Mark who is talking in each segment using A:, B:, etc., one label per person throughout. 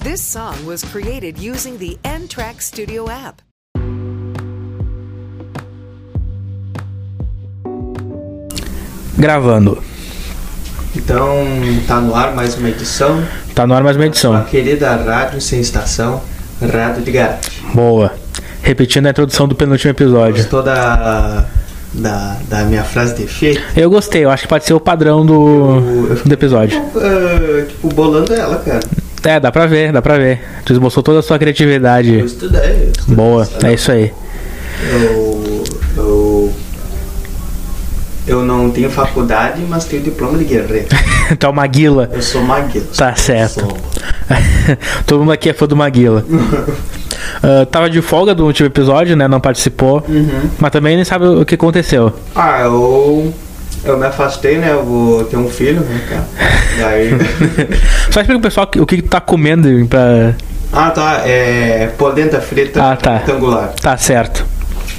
A: This song was created using the N Track Studio app.
B: Gravando.
C: Então, tá no ar mais uma edição.
B: Tá no ar mais uma
C: A
B: edição.
C: querida Rádio Sem Estação, Rádio de Garagem.
B: Boa. Repetindo a introdução do penúltimo episódio.
C: Gostou da, da, da minha frase de efeito?
B: Eu gostei, eu acho que pode ser o padrão do, do episódio.
C: Ah, tipo, bolando ela, cara.
B: É, dá pra ver, dá pra ver. Tu esboçou toda a sua
C: Eu
B: criatividade.
C: estudei. eu estudei,
B: É. Boa,
C: sabe?
B: é isso aí.
C: Eu, eu, eu não tenho faculdade, mas tenho diploma de guerreiro.
B: Tá o Maguila.
C: Eu sou magueiro.
B: Tá certo.
C: Sou.
B: Todo mundo aqui é fã do Maguila. Ah, tava de folga do último episódio, né? Não participou. Mas também nem sabe o que aconteceu.
C: Uhum. Ah, eu, eu me afastei, né? Eu vou ter um filho, né, cara? Daí...
B: Só explica pro pessoal que- o que, que tu tá comendo pra.
C: Ah, tá. É polenta frita
B: Ah, tá.
C: retangular.
B: Tá certo.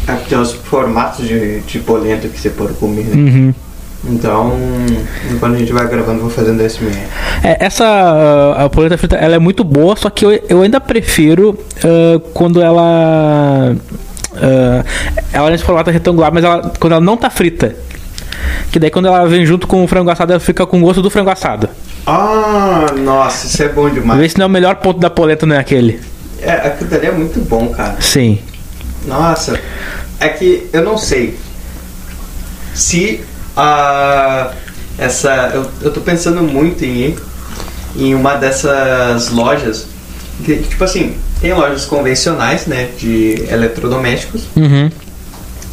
C: É porque tem os formatos de, de polenta que você pode comer. Né?
B: Uhum.
C: Então, enquanto a gente vai gravando, eu vou fazendo esse meio.
B: É, essa ah, a polenta frita ela é muito boa, só que eu, eu ainda prefiro ah, quando ela. ah, ela é nesse formato retangular, mas ela, quando ela não tá frita. Que daí quando ela vem junto com o frango assado, ela fica com o gosto do frango assado.
C: Ah, nossa, isso é bom
B: Vê
C: demais.
B: se não é o melhor ponto da polenta, não é aquele.
C: É, aquilo dali é muito bom, cara.
B: Sim.
C: Nossa, é que eu não sei se a essa eu, eu tô pensando muito em ir em uma dessas lojas que, tipo assim tem lojas convencionais né de eletrodomésticos
B: Uhum.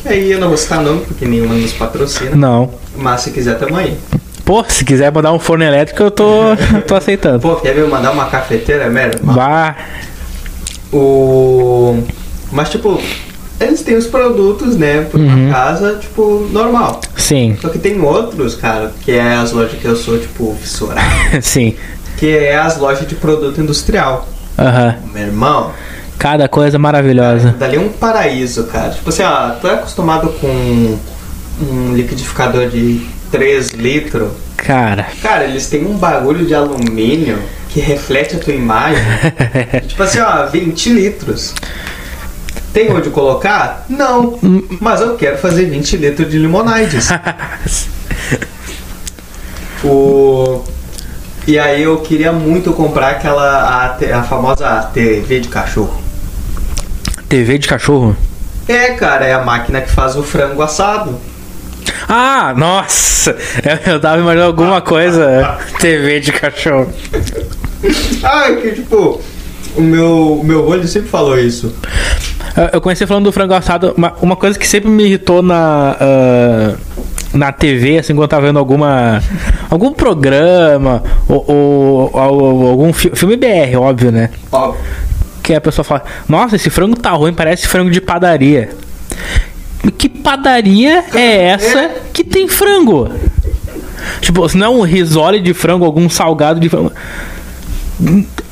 C: aí eu não vou citar nome porque nenhuma nos patrocina
B: Não.
C: mas se quiser tamo aí
B: Pô, se quiser mandar um forno elétrico, eu tô, tô aceitando.
C: pô quer me mandar uma cafeteira é mesmo
B: Bah,
C: o mas tipo eles têm os produtos né por uma casa tipo normal
B: sim,
C: Só que tem outros, cara, que é as lojas que eu sou, tipo, fissurado.
B: sim.
C: que é as lojas de produto industrial.
B: Aham.
C: Meu irmão,
B: Cada coisa maravilhosa.
C: dali é um paraíso, cara. Tipo assim, ó, tu é acostumado com um liquidificador de 3 litros.
B: Cara,
C: Cara, eles têm um bagulho de alumínio que reflete a tua imagem. tipo assim, ó, 20 litros. Tem onde colocar? Não. Mas eu quero fazer 20 litros de limonades. o... E aí eu queria muito comprar aquela a, te- a famosa TV de cachorro.
B: TV de cachorro.
C: É, cara, é a máquina que faz o frango assado.
B: Ah, nossa! Eu, eu tava imaginando alguma coisa. TV de cachorro.
C: Ah, que tipo, o meu, o meu olho sempre falou isso.
B: Eu- Eu comecei falando do frango assado. Uma, uma coisa que sempre me irritou na. ah, na TV, assim, quando eu tava vendo alguma. algum programa, ou, ou- ou algum fi- filme BR, óbvio, né?
C: Ó,
B: Que a pessoa fala: Nossa, esse frango tá ruim, parece frango de padaria. E Que padaria é essa que tem frango? Tipo, se não é um risole de frango, algum salgado de frango.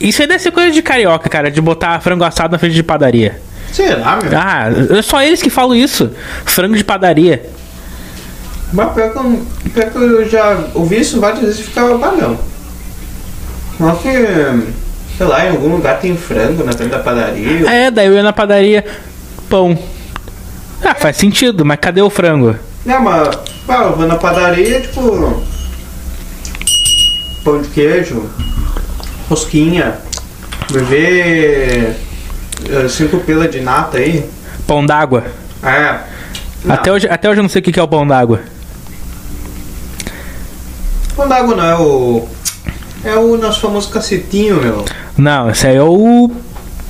B: Isso aí deve ser coisa de carioca, cara, de botar frango assado na frente de padaria.
C: será, meu?
B: Ah, é só eles que falam isso. Frango de padaria.
C: Mas pior que, eu, pior que eu já ouvi isso várias vezes e ficava balão. Só que, sei lá, em algum lugar tem frango na frente da padaria.
B: É, daí eu ia na padaria. Pão. Ah, faz sentido, mas cadê o frango?
C: Não, Né, mas pá, eu vou na padaria, tipo. Pão de queijo, rosquinha, beber eh, cinco pila de nata aí.
B: Pão d'água.
C: É. Não,
B: Até hoje, até hoje eu não sei o que que é o pão d'água.
C: Pão d'água não, é o. É o nosso famoso cacetinho, meu.
B: Não, esse aí é o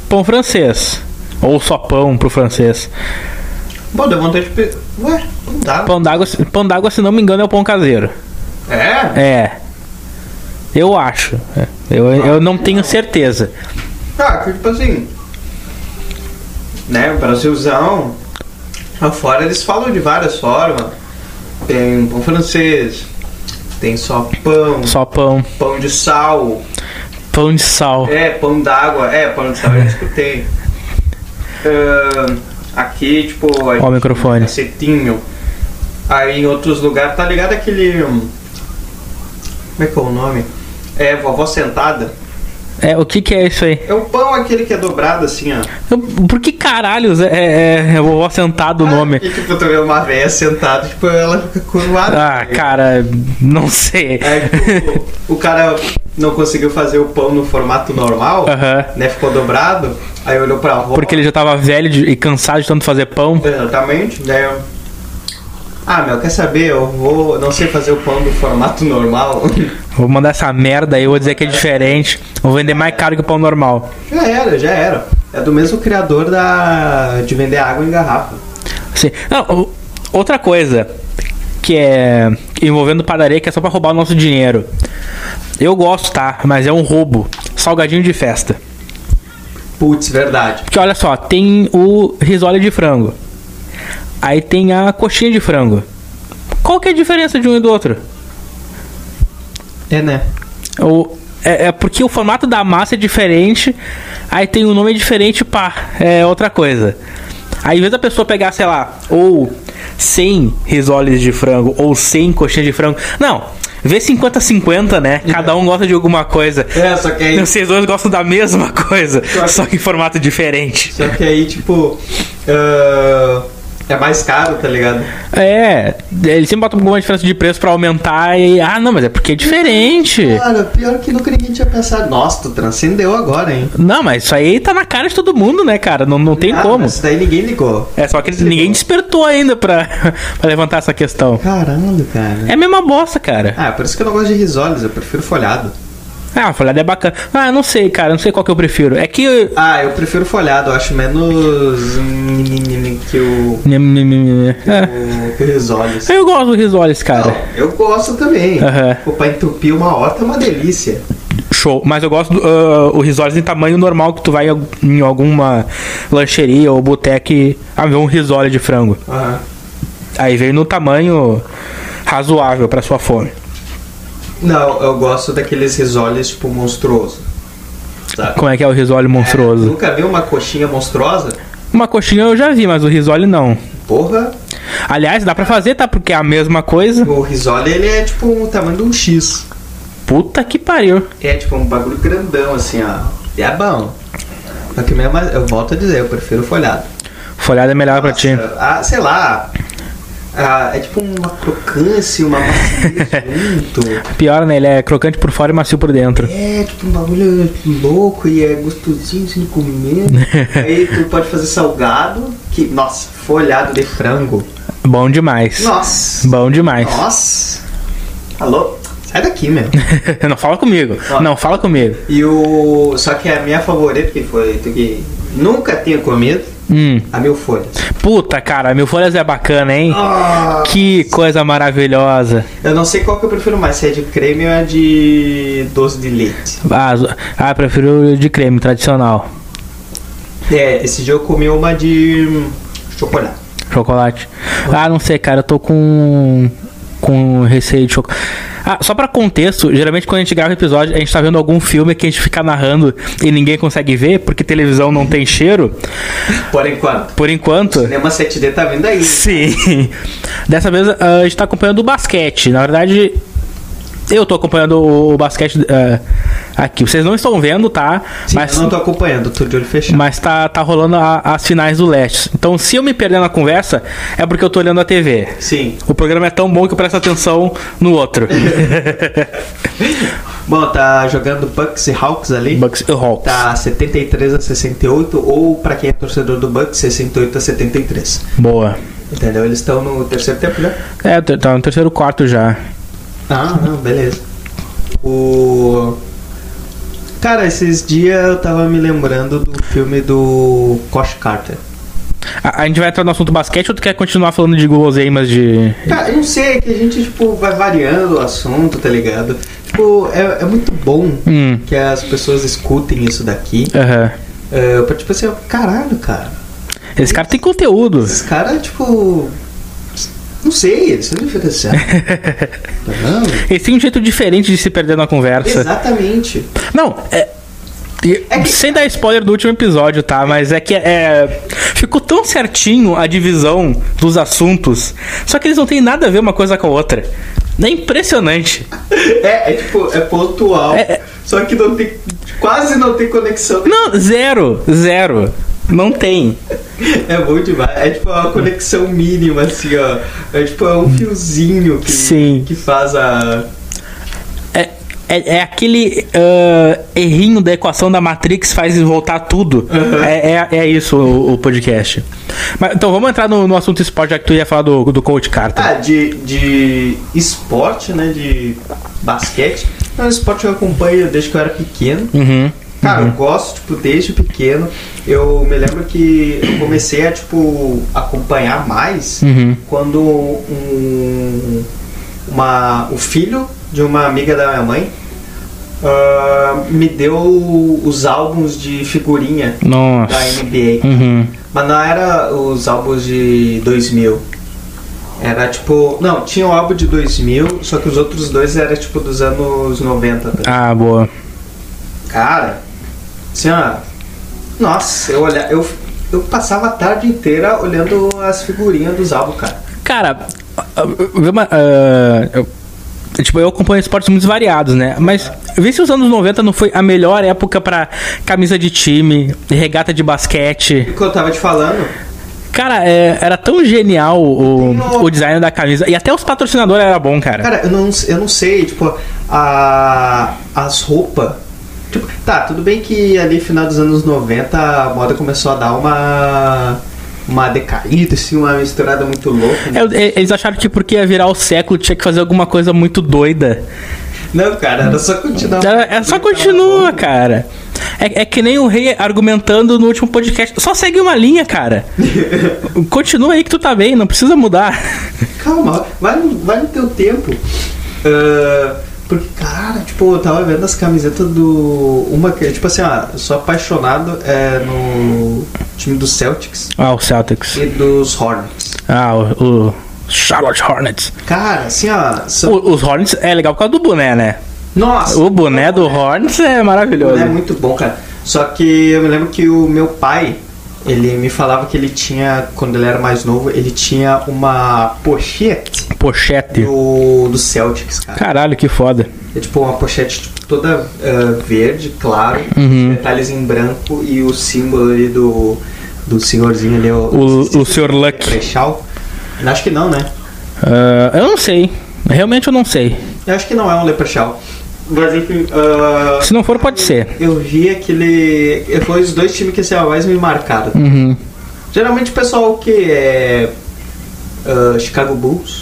B: pão francês. Ou só pão pro francês.
C: Bom, deu vontade de. pe- Ué, pão d'água.
B: Pão d'água, se- pão d'água, se não me engano, é o pão caseiro.
C: É?
B: É. Eu acho. É. Eu, eu não tenho certeza.
C: Ah, que tipo assim. Né, o Brasilzão. Lá fora eles falam de várias formas. Tem um pão francês, tem só pão,
B: Só pão.
C: pão de sal,
B: Pão de sal.
C: é, pão d'água, é, pão de sal eu já escutei. Ahn, aqui, tipo, aí,
B: Ó o microfone.
C: cacetinho. Aí em outros lugares, tá ligado aquele. hum, Como é que é o nome? É, vovó sentada.
B: É, o que que é isso aí?
C: É o pão aquele que é dobrado assim, ó.
B: Eu- Por que caralhos é, é, é vovó sentado o nome?
C: E tipo, tu vê uma véia sentada, tipo, ela fica curvada.
B: Ah, cara, não sei.
C: Aí, tipo, o, o cara não conseguiu fazer o pão no formato normal,
B: Aham.
C: né? Ficou dobrado, aí olhou pra avó.
B: Porque ele já tava velho de- e cansado de tanto fazer pão.
C: Exatamente, daí eu... Ah, meu, quer saber? Eu vou. Não sei fazer o pão do formato normal.
B: Vou mandar essa merda aí, vou dizer que é diferente. Vou vender mais caro que o pão normal.
C: já era, já era. É do mesmo criador da de vender água em garrafa.
B: Sim. Não, o- outra coisa que é envolvendo padaria que é só pra roubar o nosso dinheiro. Eu gosto, tá? Mas é um roubo. Salgadinho de festa.
C: Putz, verdade.
B: Porque olha só, tem o risole de frango. Aí tem a coxinha de frango. Qual que é a diferença de um e do outro?
C: É, né?
B: O- é, é porque o formato da massa é diferente, aí tem um nome diferente, pá, é outra coisa. Aí, em vez da pessoa pegar, sei lá, ou 100 risoles de frango, ou 100 coxinhas de frango. Não, vê 50-50, né? Cada um gosta de alguma coisa.
C: É, só que aí.
B: Vocês dois gostam da mesma coisa, só que em formato diferente.
C: Só que aí, tipo. ah, é mais caro, tá ligado?
B: É, eles sempre botam alguma diferença de preço pra aumentar e. Ah, não, mas é porque é diferente.
C: Cara, pior que nunca ninguém tinha pensado. Nossa, tu transcendeu agora, hein?
B: Não, mas isso aí tá na cara de todo mundo, né, cara? Não, não tem
C: Ah,
B: como.
C: mas Isso daí ninguém ligou.
B: É, só que eles- ninguém despertou ainda pra, pra levantar essa questão.
C: Caralho, cara.
B: É a mesma bosta, cara.
C: Ah, por isso que eu não gosto de risoles, eu prefiro folhado.
B: Ah, folhada é bacana. Ah, não sei, cara, não sei qual que eu prefiro. É que.
C: Ah, eu prefiro folhado, eu acho menos. hum, que o.
B: É.
C: o que o risoles.
B: Eu gosto do risoles,
C: Não,
B: cara.
C: eu gosto também.
B: Aham.
C: Pô, pra entupir uma horta é uma delícia.
B: Show. Mas eu gosto do ah, o risoles em tamanho normal que tu vai em alguma lancheria ou boteca e ah, vê um risole de frango.
C: Aham.
B: Aí veio no tamanho razoável pra sua fome.
C: Não, eu gosto daqueles risoles, tipo, monstruoso. Sabe?
B: Como é que é o risole monstruoso?
C: Nunca vi uma coxinha monstruosa?
B: Uma coxinha eu já vi, mas o risole não.
C: Porra,
B: Aliás, dá pra fazer, tá? Porque é a mesma coisa.
C: o risole, ele é tipo o tamanho de um X.
B: Puta que pariu.
C: É tipo um bagulho grandão, assim, ó. E é bom. Só que mesmo, assim, eu volto a dizer, eu prefiro folhado.
B: Folhada é melhor pra ti.
C: Ah, sei lá. Ah, é tipo uma crocância, uma macia junto.
B: Pior, né? Ele é crocante por fora e macio por dentro.
C: É, tipo um bagulho louco e é gostosinho assim de comer. Aí tu pode fazer salgado, que, nossa, folhado de frango.
B: Bom demais.
C: Nossa.
B: Bom demais.
C: Nossa. Alô? Sai daqui, meu.
B: não fala comigo.
C: Ó.
B: Não, fala comigo.
C: E o. Só que a minha favorita que foi, que nunca tinha comido,
B: Hum.
C: a mil folhas.
B: Puta, cara, mil folhas é bacana, hein?
C: Ah,
B: Que coisa maravilhosa.
C: eu não sei qual que eu prefiro mais, se é de creme ou é de doce de leite.
B: Ah, zo- ah, prefiro o de creme tradicional.
C: É, esse dia eu comi uma de hum, chocolate.
B: Chocolate. Ah, não sei, cara, eu tô com. com receio de chocolate. Ah, só pra contexto, geralmente quando a gente grava episódio, a gente tá vendo algum filme que a gente fica narrando e ninguém consegue ver, porque televisão não tem cheiro,
C: Por enquanto.
B: por enquanto.
C: Cinema 7D tá vindo aí.
B: Sim. Dessa vez ah, a gente tá acompanhando o basquete. Na verdade, eu tô acompanhando o, o basquete ah, aqui. Vocês não estão vendo, tá?
C: Sim, eu não tô acompanhando, tô de olho fechado.
B: Mas tá, tá rolando a- as finais do Leste. Então, se eu me perder na conversa, é porque eu tô olhando a TV.
C: Sim.
B: O programa é tão bom que eu presto atenção no outro.
C: Bom, tá jogando Bucks e Hawks ali.
B: Bucks e Hawks.
C: Tá 73 a 68, ou pra quem é torcedor do Bucks, 68 a 73.
B: Boa.
C: Entendeu? Eles estão no terceiro tempo já.
B: É, t- tá no terceiro quarto já.
C: Ah, ah, beleza. O. Cara, esses dias eu tava me lembrando do filme do Coach Carter.
B: A, a gente vai entrar no assunto basquete ou tu quer continuar falando de guloseimas de.
C: Cara, eu não sei, é que a gente, tipo, vai variando o assunto, tá ligado? Tipo, é, é muito bom
B: Hum.
C: que as pessoas escutem isso daqui.
B: Aham.
C: É, pra, tipo assim, ó, caralho, cara.
B: Esse cara tem conteúdo.
C: Esses caras, tipo. Não sei, eles são diferenciados. Tá vendo?
B: Esse tem um jeito diferente de se perder na conversa.
C: Exatamente.
B: Não, é. e-
C: É que-
B: Sem dar spoiler do último episódio, tá? Mas é que é. Ficou tão certinho a divisão dos assuntos. Só que eles não têm nada a ver uma coisa com a outra. É impressionante.
C: É, é tipo, é pontual.
B: É, é.
C: Só que não tem, quase não tem conexão.
B: Não, zero, zero. Não tem.
C: É bom demais. É tipo uma conexão mínima, assim, ó. É tipo um fiozinho que,
B: Sim.
C: que faz a.
B: É, é, é aquele ah, errinho da equação da Matrix faz voltar tudo. É, é, é isso o, o podcast. Mas, então vamos entrar no, no assunto esporte, já que tu ia falar do, do coach Carter.
C: Ah, de, de esporte, né? De basquete. É um esporte que eu acompanho desde que eu era pequeno.
B: Uhum.
C: Cara, eu gosto, tipo, desde pequeno. Eu me lembro que eu comecei a, tipo, acompanhar mais
B: Uhum.
C: quando um, uma, o filho de uma amiga da minha mãe ah, me deu os álbuns de figurinha
B: Nossa.
C: da NBA.
B: Uhum.
C: Mas não era os álbuns de 2000. Era tipo. Não, tinha o álbum de 2000, só que os outros dois eram tipo dos anos 90. tá?
B: Ah, boa.
C: Cara, assim, ó, Nossa, eu olhava. Eu, eu passava a tarde inteira olhando as figurinhas dos álbuns, cara.
B: Cara, eu- eu- eu- eu- tipo, eu acompanho esportes muito variados, né? Mas vê se os anos 90 não foi a melhor época pra camisa de time, regata de basquete.
C: E o que eu tava te falando,
B: Cara, é, era tão genial o, o design da camisa. E até os patrocinadores era bom, cara.
C: cara, eu não, eu não sei, tipo, a, as roupas. Tipo, tá, tudo bem que ali final dos anos 90 a moda começou a dar uma. Uma decaída, assim, uma misturada muito louca. né?
B: É, é, eles acharam que porque ia virar o século tinha que fazer alguma coisa muito doida.
C: Não, cara, era só continuar.
B: Era- é, só continua, cara. É, é que nem o rei argumentando no último podcast. Só segue uma linha, cara. Continua aí que tu tá bem, não precisa mudar.
C: Calma, vai, no- vai no teu tempo. Ah, porque, cara, tipo, eu tava vendo as camisetas do. Uma que, tipo assim, ó, eu sou apaixonado é, no time dos Celtics
B: Ah, o Celtics.
C: e dos Hornets.
B: Ah, o, o Charlotte Hornets.
C: Cara, assim, ó. São...
B: O- os Hornets é legal por causa do boné, né?
C: Nossa!
B: O boné do Hornets é maravilhoso.
C: É muito bom, cara. Só que eu me lembro que o meu pai, ele me falava que ele tinha, quando ele era mais novo, ele tinha uma pochete
B: Pochete.
C: do, do Celtics, cara.
B: Caralho, que foda.
C: É tipo uma pochete tipo, toda eh, verde, claro,
B: Uhum.
C: detalhes em branco e o símbolo ali do, do senhorzinho ali.
B: O-
C: não sei se
B: o
C: é
B: senhor Luck.
C: Frechal. Eu Acho que não, né?
B: Ah, eu não sei. Realmente eu não sei.
C: Eu acho que não é um leprechal. Mas enfim. ah,
B: Se não for, pode ser.
C: Eu vi aquele. Foi os dois times que assim, ó, mais me marcaram.
B: Uhum.
C: Geralmente o pessoal que é. ah, Chicago Bulls.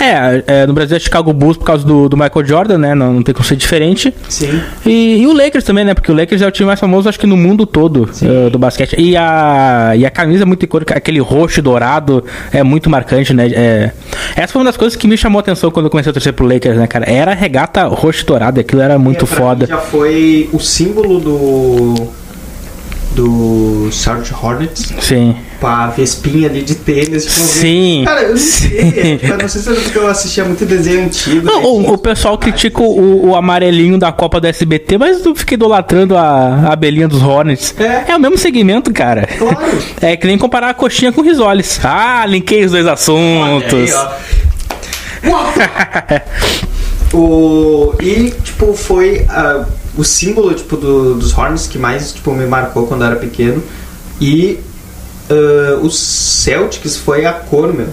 B: É, é, no Brasil é Chicago Bulls por causa do, do Michael Jordan, né? Não, não tem como ser diferente.
C: Sim.
B: E, e o Lakers também, né? Porque o Lakers é o time mais famoso, acho que no mundo todo eh, do basquete. E a, e a camisa é muito icônica, aquele roxo e dourado é muito marcante, né? É, essa foi uma das coisas que me chamou a atenção quando eu comecei a torcer pro Lakers, né, cara? Era a regata roxo e dourado, aquilo era muito
C: É, pra
B: foda.
C: mim Já foi o símbolo do. Do Sarge Hornets.
B: Sim.
C: com a vespinha ali de tênis. tipo,
B: Sim.
C: Cara, eu não sei.
B: Sim.
C: tipo, eu não sei se era porque eu assistia muito desenho antigo.
B: Não,
C: né,
B: o,
C: que-
B: o pessoal critica o, o amarelinho da Copa do SBT, mas eu fiquei idolatrando a, a abelhinha dos Hornets.
C: É.
B: É. o mesmo segmento, cara.
C: Claro.
B: É que nem comparar a coxinha com risoles. Ah, linkei os dois
C: Olha aí,
B: assuntos.
C: ó. Uau! o, e, tipo, foi ah, o símbolo tipo, do- dos Hornets que mais tipo, me marcou quando eu era pequeno. E ah, os Celtics foi a cor, meu.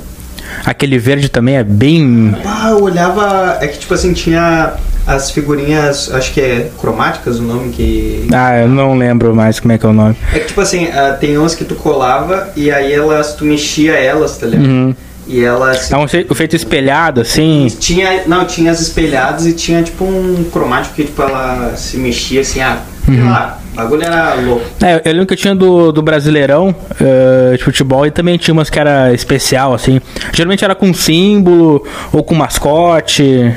B: Aquele verde também é bem.
C: Ah, eu olhava. É que, tipo assim, tinha as figurinhas, acho que é cromáticas o nome que,
B: Ah, eu não lembro mais como é que é o nome.
C: É que, tipo assim, ah, tem umas que tu colava e aí elas, tu mexia elas, tá ligado? E elas...
B: É um fe- o feito espelhado, assim.
C: Tinha, não, tinha as espelhadas e tinha, tipo, um cromático que, tipo, ela se mexia, assim, ah, sei lá, o bagulho era louco.
B: É, eu lembro que eu tinha do, do Brasileirão eh, de futebol e também tinha umas que era especial, assim. Geralmente era com símbolo ou com mascote.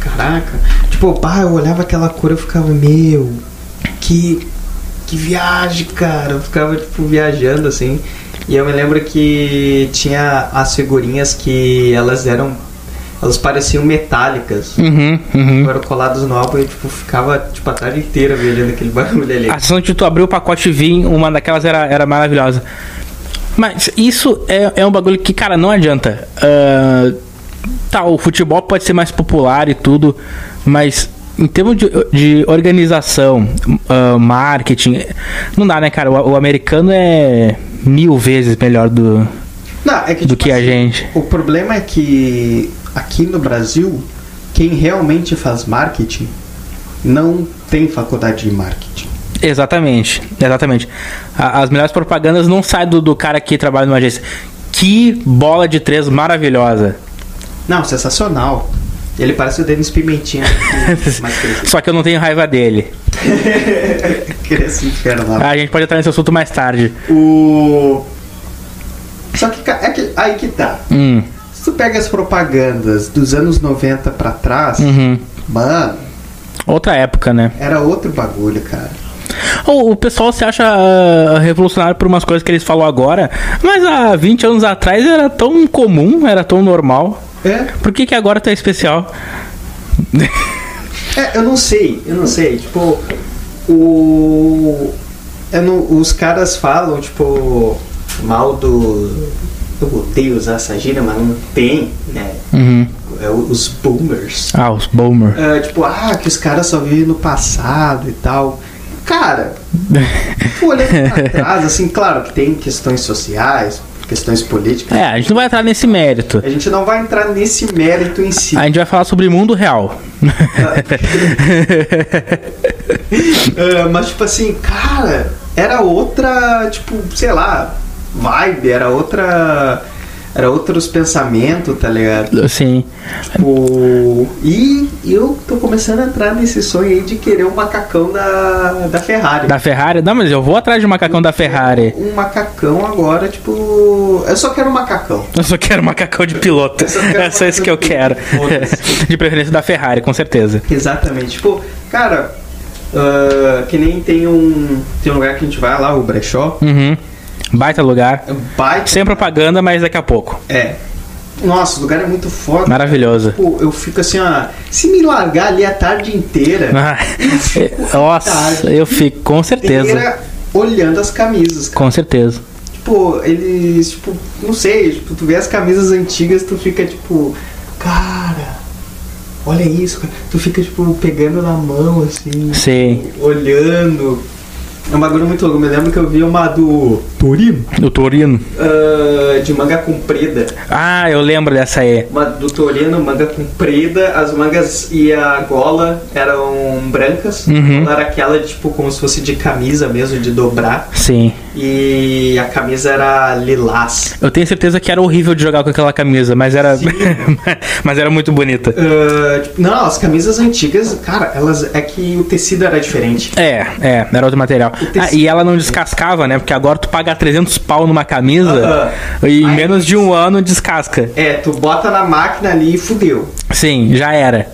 C: Caraca. Tipo, pá, eu olhava aquela cor eu ficava, meu, que, que viagem, cara. Eu ficava, tipo, viajando, assim. E eu me lembro que tinha as figurinhas que elas eram... Elas pareciam metálicas.
B: Uhum, uhum.
C: Agora colados no álbum e tipo, ficava tipo, a tarde inteira olhando aquele barulho ali.
B: A sensação de tu abrir o pacote e vir uma daquelas era, era maravilhosa. Mas isso é, é um bagulho que, cara, não adianta. Ah, tá, o futebol pode ser mais popular e tudo, mas em termos de, de organização, ah, marketing, não dá, né, cara? O, o americano é mil vezes melhor do,
C: Não, é que,
B: do
C: tipo
B: que a
C: assim,
B: gente.
C: O problema é que aqui no Brasil, quem realmente faz marketing não tem faculdade de marketing.
B: Exatamente, exatamente. A- as melhores propagandas não saem do, do cara que trabalha numa agência. Que bola de três maravilhosa.
C: Não, sensacional. Ele parece o Denis Pimentinha, mas crescido.
B: Só que eu não tenho raiva dele. Ah,
C: crescido, cara, é lá.
B: A gente pode entrar nesse assunto mais tarde.
C: O... Só que, ca- é que aí que tá.
B: Hum,
C: Se tu pega as propagandas dos anos 90 pra trás,
B: uhum.
C: mano,
B: Outra época, né?
C: era outro bagulho, cara.
B: Ou o pessoal se acha ah, revolucionário por umas coisas que eles falam agora, mas há 20 anos atrás era tão comum, era tão normal.
C: É,
B: Por que, que agora tá especial?
C: é, eu não sei, eu não sei. Tipo, o. eu não- os caras falam, tipo, mal do. Eu odeio usar essa gíria, mas não tem, né?
B: Uhum.
C: É, o- os boomers.
B: Ah, os Boomer.
C: É, tipo, ah, que os caras só vivem no passado e tal. Cara, tu olhando pra trás, assim, claro que tem questões sociais, questões políticas.
B: É, a gente não vai entrar nesse mérito.
C: A gente não vai entrar nesse mérito em si.
B: A gente vai falar sobre mundo real.
C: É, mas, tipo assim, cara, era outra, tipo, sei lá, vibe, era outra. Era outros pensamentos, tá
B: É.
C: ligado?
B: Sim.
C: Tipo. E eu tô começando a entrar nesse sonho aí de querer um macacão da, da Ferrari.
B: Da Ferrari? Não, mas eu vou atrás de um macacão da Ferrari.
C: um macacão agora, tipo. Eu só quero um macacão.
B: Eu só quero um macacão de piloto.
C: só quero
B: É só isso que eu quero.
C: Foda-se.
B: De preferência da Ferrari, com certeza.
C: Exatamente. Tipo, cara, ah, que nem tem um. Tem um lugar que a gente vai lá, o brechó.
B: Uhum. Baita lugar.
C: É um baita.
B: Sem propaganda, mas daqui a pouco.
C: É. Nossa, o lugar é muito foda.
B: Maravilhoso.
C: Tipo, eu fico assim, ó. Se me largar ali a tarde inteira,
B: Ah, Nossa, eu fico, com certeza.
C: inteira olhando as camisas, cara.
B: Com certeza.
C: Tipo, eles, tipo, não sei, tipo, tu vê as camisas antigas, tu fica tipo, cara, olha isso, cara. Tu fica, tipo, pegando na mão, assim,
B: Sim.
C: olhando. É um bagulho muito louco. Eu me lembro que eu vi uma do Torino,
B: O Torino.
C: ah, de manga comprida.
B: Ah, eu lembro dessa aí.
C: Uma do Torino, manga comprida, as mangas e a gola eram brancas.
B: Uhum.
C: Era aquela, tipo, como se fosse de camisa mesmo, de dobrar.
B: Sim.
C: E a camisa era lilás.
B: Eu tenho certeza que era horrível de jogar com aquela camisa, mas era. mas era muito bonita.
C: Ah, tipo, não, as camisas antigas, cara, elas é que o tecido era diferente.
B: É, é, era outro material.
C: tecido-
B: Ah, e ela não descascava, né? Porque agora tu paga 300 pau numa camisa
C: Aham.
B: e em
C: Ai,
B: menos de um ano descasca.
C: É, tu bota na máquina ali e fudeu.
B: Sim, já era.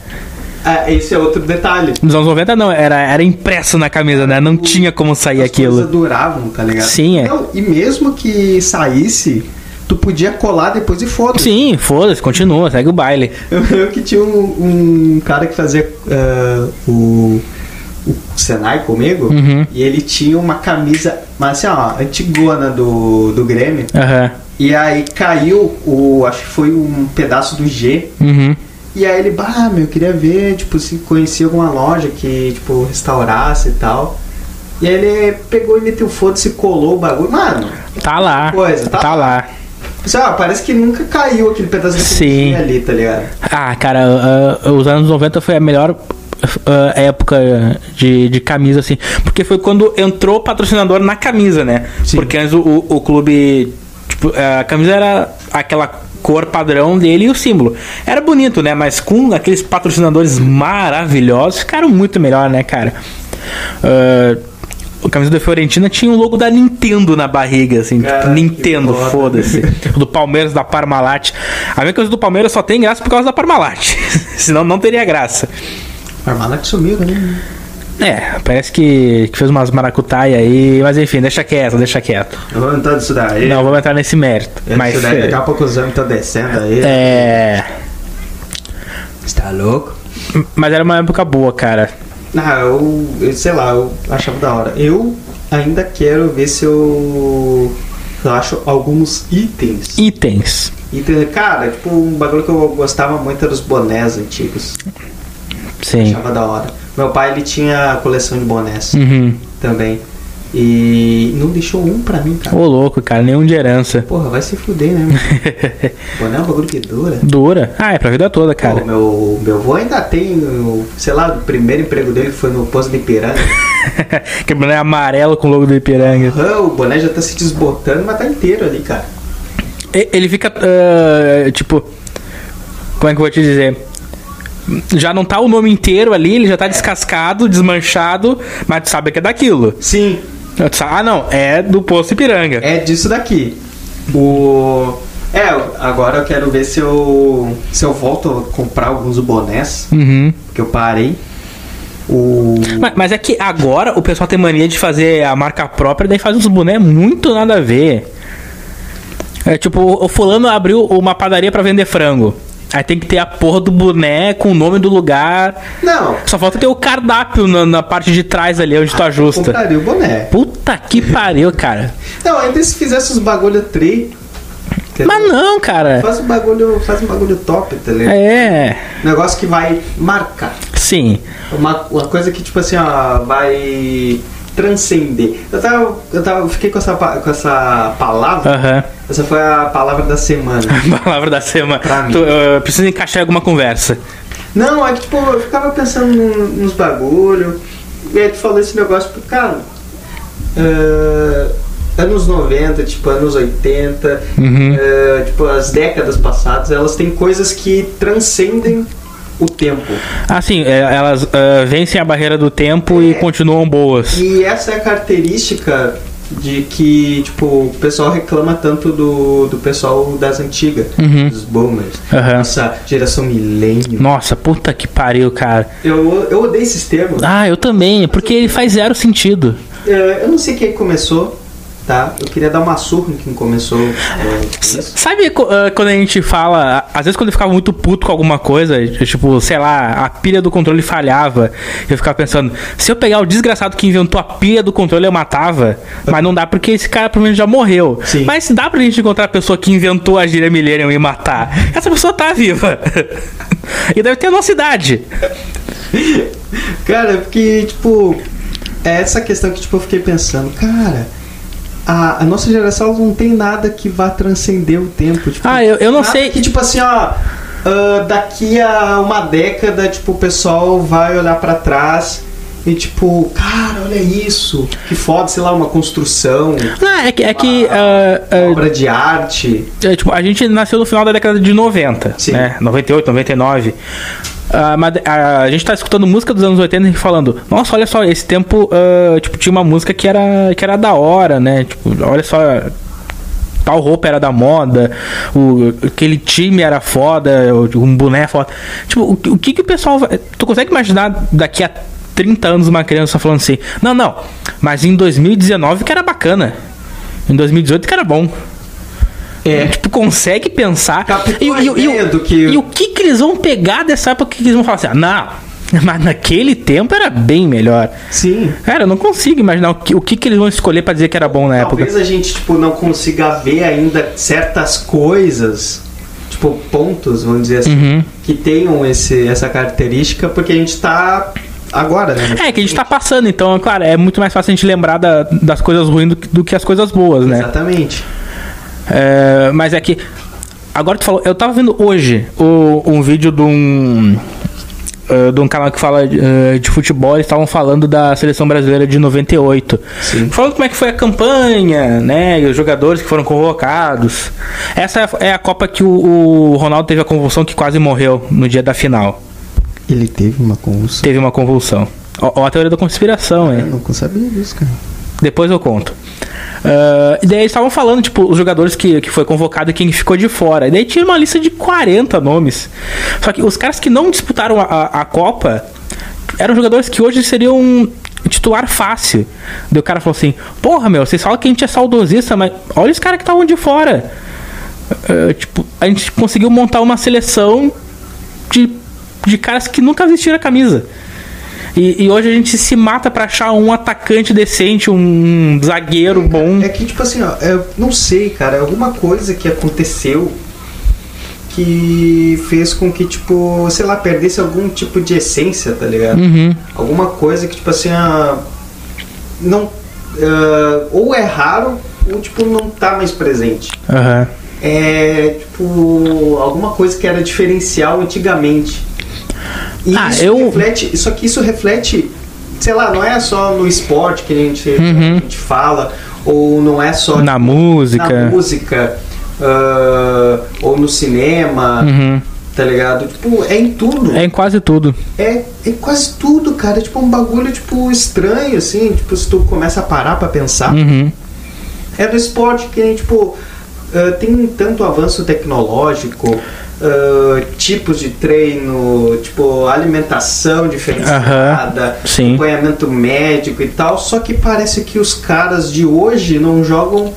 C: Ah, esse é outro detalhe.
B: Nos anos 90 não, era, era impresso na camisa, né? Não tinha como sair
C: As coisas
B: aquilo.
C: duravam, tá ligado?
B: Sim, é.
C: Não, e mesmo que saísse, tu podia colar depois e foda.
B: Sim, foda-se, continua, segue o baile.
C: Eu lembro que tinha um, um cara que fazia ah, o, o Senai comigo
B: Uhum.
C: e ele tinha uma camisa, mas assim, ó, antigona do, do Grêmio.
B: Aham.
C: E aí caiu o. Acho que foi um pedaço do G.
B: Uhum.
C: E aí ele, bah, meu, eu queria ver, tipo, se conhecia alguma loja que, tipo, restaurasse e tal. E aí ele pegou e meteu foda-se e colou o bagulho. Mano,
B: Tá lá.
C: Coisa, tá
B: tá lá.
C: assim, ó, parece que nunca caiu aquele pedaço de
B: Sim.
C: ali, tá ligado?
B: Ah, cara, ah, os anos 90 foi a melhor ah, época de, de camisa, assim. Porque foi quando entrou o patrocinador na camisa, né?
C: Sim.
B: Porque antes o, o- o clube. Tipo, a camisa era aquela cor padrão dele e o símbolo. Era bonito, né? Mas com aqueles patrocinadores maravilhosos, ficaram muito melhor, né, cara? Ah, o camisa da Fiorentina tinha o logo da Nintendo na barriga, assim. tipo,
C: Cara, que
B: Nintendo,
C: foda.
B: foda-se. O do Palmeiras, da Parmalat. A minha coisa do Palmeiras só tem graça por causa da Parmalat. Senão não teria graça.
C: Parmalat sumiu, né?
B: É, parece que, que fez umas maracutaia aí. Mas enfim, deixa quieto, deixa quieto.
C: Eu vou entrar disso daí.
B: Não, vamos entrar nesse mérito.
C: Isso
B: Mas.
C: daí, daqui a pouco os homens estão descendo aí.
B: É.
C: Você tá louco?
B: Mas era uma época boa, cara.
C: Ah, eu, eu sei lá, eu achava da hora. Eu ainda quero ver se eu, eu acho alguns itens.
B: Itens.
C: Itens, cara, tipo, um bagulho que eu gostava muito era os bonés antigos.
B: Sim.
C: Achava da hora. Meu pai, ele tinha a coleção de bonés
B: Uhum.
C: também. E não deixou um pra mim, cara.
B: Ô, louco, cara, nenhum de herança.
C: Porra, vai se fuder, né? mano? Boné é um bagulho que dura.
B: Dura. Ah, é pra vida toda,
C: Pô,
B: cara.
C: meu, meu avô ainda tem, o- sei lá, o primeiro emprego dele foi no posto de Ipiranga.
B: que boné amarelo com o logo do Ipiranga.
C: Aham, o boné já tá se desbotando, mas tá inteiro ali, cara.
B: E- Ele fica. ah, tipo. Como é que eu vou te dizer? Já não tá o nome inteiro ali, ele já tá descascado, desmanchado, mas tu sabe que é daquilo.
C: Sim,
B: Tu sa- Ah, não, é do Poço Ipiranga.
C: é disso daqui. O. É, agora eu quero ver se eu. se eu volto a comprar alguns bonés.
B: Uhum.
C: Porque eu parei. O.
B: Mas, mas é que agora o pessoal tem mania de fazer a marca própria, daí faz uns bonés muito nada a ver. É tipo, o o fulano abriu uma padaria pra vender frango. Aí tem que ter a porra do boné com o nome do lugar.
C: Não,
B: Só falta ter o cardápio na, na parte de trás ali, onde tu ajusta.
C: compraria o boné.
B: Puta que pariu, cara.
C: Não, ainda se fizesse os bagulho tri. entendeu?
B: Mas não, cara.
C: Faz um bagulho. Faz um bagulho top, tá ligado?
B: É.
C: Negócio que vai marcar.
B: Sim.
C: Uma, uma coisa que, tipo assim, ó, vai transcender. Eu tava. Eu tava. eu fiquei com essa, pa- com essa palavra.
B: Aham.
C: Essa foi a palavra da semana.
B: Palavra da semana.
C: Pra mim.
B: Tu, eu preciso encaixar alguma conversa.
C: Não, é que, tipo, eu ficava pensando num- nos bagulho. E aí tu falou esse negócio, tipo, cara. ah, anos 90, tipo, anos 80. ah, tipo, as décadas passadas, elas têm coisas que transcendem o tempo.
B: Assim, é, elas ah, vencem a barreira do tempo e continuam boas.
C: E essa é a característica de que, tipo, o pessoal reclama tanto do, do pessoal das antigas, dos boomers,
B: Uhum. Aham.
C: nossa geração milênio.
B: Nossa, puta que pariu, cara.
C: Eu, eu odeio esses termos.
B: Ah, eu também, porque ele faz zero sentido.
C: É, eu não sei quem começou, tá? Eu queria dar uma surra em quem começou. é, isso.
B: Sabe co- ah, quando a gente fala, às vezes quando eu ficava muito puto com alguma coisa, eu, tipo, sei lá, a pilha do controle falhava, eu ficava pensando, se eu pegar o desgraçado que inventou a pilha do controle, eu matava, mas não dá porque esse cara pelo menos já morreu.
C: Sim.
B: Mas dá pra gente encontrar a pessoa que inventou a gíria Millennium e matar. Essa pessoa tá viva. e deve ter a nossa idade.
C: Cara, porque, tipo, é essa questão que tipo, eu fiquei pensando, cara. A, a nossa geração ela não tem nada que vá transcender o tempo. Tipo,
B: Ah, eu- eu não
C: nada
B: sei.
C: Que, tipo assim, ó. ah, daqui a uma década, tipo, o pessoal vai olhar pra trás e, tipo, cara, olha isso. Que foda, sei lá, uma construção,
B: Não, é que. É que ah, ah,
C: uma obra de arte.
B: É, tipo, a gente nasceu no final da década de 90,
C: Sim.
B: né? 98, 99. Ah, mas a, a gente tá escutando música dos anos 80 e falando, nossa, olha só, esse tempo ah, tipo, tinha uma música que era, que era da hora, né? Tipo, olha só, tal roupa era da moda, o, aquele time era foda, o- um boné foda. Tipo, o, o que que o pessoal vai... Tu consegue imaginar daqui a 30 anos uma criança falando assim, não, não, mas em 2019 que era bacana, em 2018 que era bom.
C: É.
B: Tipo, consegue pensar.
C: Captou
B: E,
C: a
B: e- e o-
C: ideia do que-
B: e o que que eles vão pegar dessa época que eles vão falar assim, ah, não, mas naquele tempo era bem melhor.
C: Sim.
B: Cara, eu não consigo imaginar o que, o que que eles vão escolher pra dizer que era bom na
C: Talvez
B: época.
C: a gente tipo não consiga ver ainda certas coisas, tipo pontos, vamos dizer assim,
B: Uhum.
C: que tenham esse, essa característica, porque a gente tá agora, né?
B: É, que a gente tá passando, então, é claro, é muito mais fácil a gente lembrar da- das coisas ruins do, que- do que as coisas boas, né?
C: Exatamente.
B: É, mas é que. Agora tu falou, eu tava vendo hoje o- um vídeo de um. eh, de um canal que fala eh, de futebol, eles estavam falando da seleção brasileira de 98.
C: Sim.
B: Falando como é que foi a campanha, né? E os jogadores que foram convocados. Essa é a- é a Copa que o, o Ronaldo teve a convulsão que quase morreu no dia da final.
C: Ele teve uma convulsão.
B: Teve uma convulsão. Ó, ó a teoria da conspiração, hein?
C: não sabia disso, cara.
B: Depois eu conto. Ah, e daí eles estavam falando, tipo, os jogadores que, que foi convocado e quem ficou de fora. E daí tinha uma lista de 40 nomes. Só que os caras que não disputaram a, a, a Copa eram jogadores que hoje seriam um titular fácil. Daí o cara falou assim: Porra, meu, vocês falam que a gente é saudosista, mas olha os caras que estavam de fora. Ah, tipo, a gente conseguiu montar uma seleção de, de caras que nunca vestiram a camisa. E, e hoje a gente se mata pra achar um atacante decente, um zagueiro bom.
C: É que, tipo assim, ó, eu não sei, cara, alguma coisa que aconteceu que fez com que, tipo, sei lá, perdesse algum tipo de essência, tá ligado?
B: Uhum.
C: Alguma coisa que, tipo assim, ah, não. ah, ou é raro, ou, tipo, não tá mais presente.
B: Aham.
C: É, tipo, alguma coisa que era diferencial antigamente. E
B: Ah,
C: isso
B: eu-
C: reflete, só que isso reflete, sei lá, não é só no esporte que a gente, a gente fala, ou não é só
B: Uhum. Na música.
C: na música, ah, ou no cinema, tá ligado? Tipo, é em tudo.
B: Uhum. É
C: É.
B: em quase tudo.
C: É, quase tudo, cara. É tipo um bagulho, tipo, estranho, assim. Tipo, se tu começa a parar pra pensar.
B: Uhum.
C: É do esporte que, tipo, ah, tem tanto avanço tecnológico, ah, tipos de treino, tipo, alimentação diferenciada,
B: Aham, sim.
C: acompanhamento médico e tal, só que parece que os caras de hoje não jogam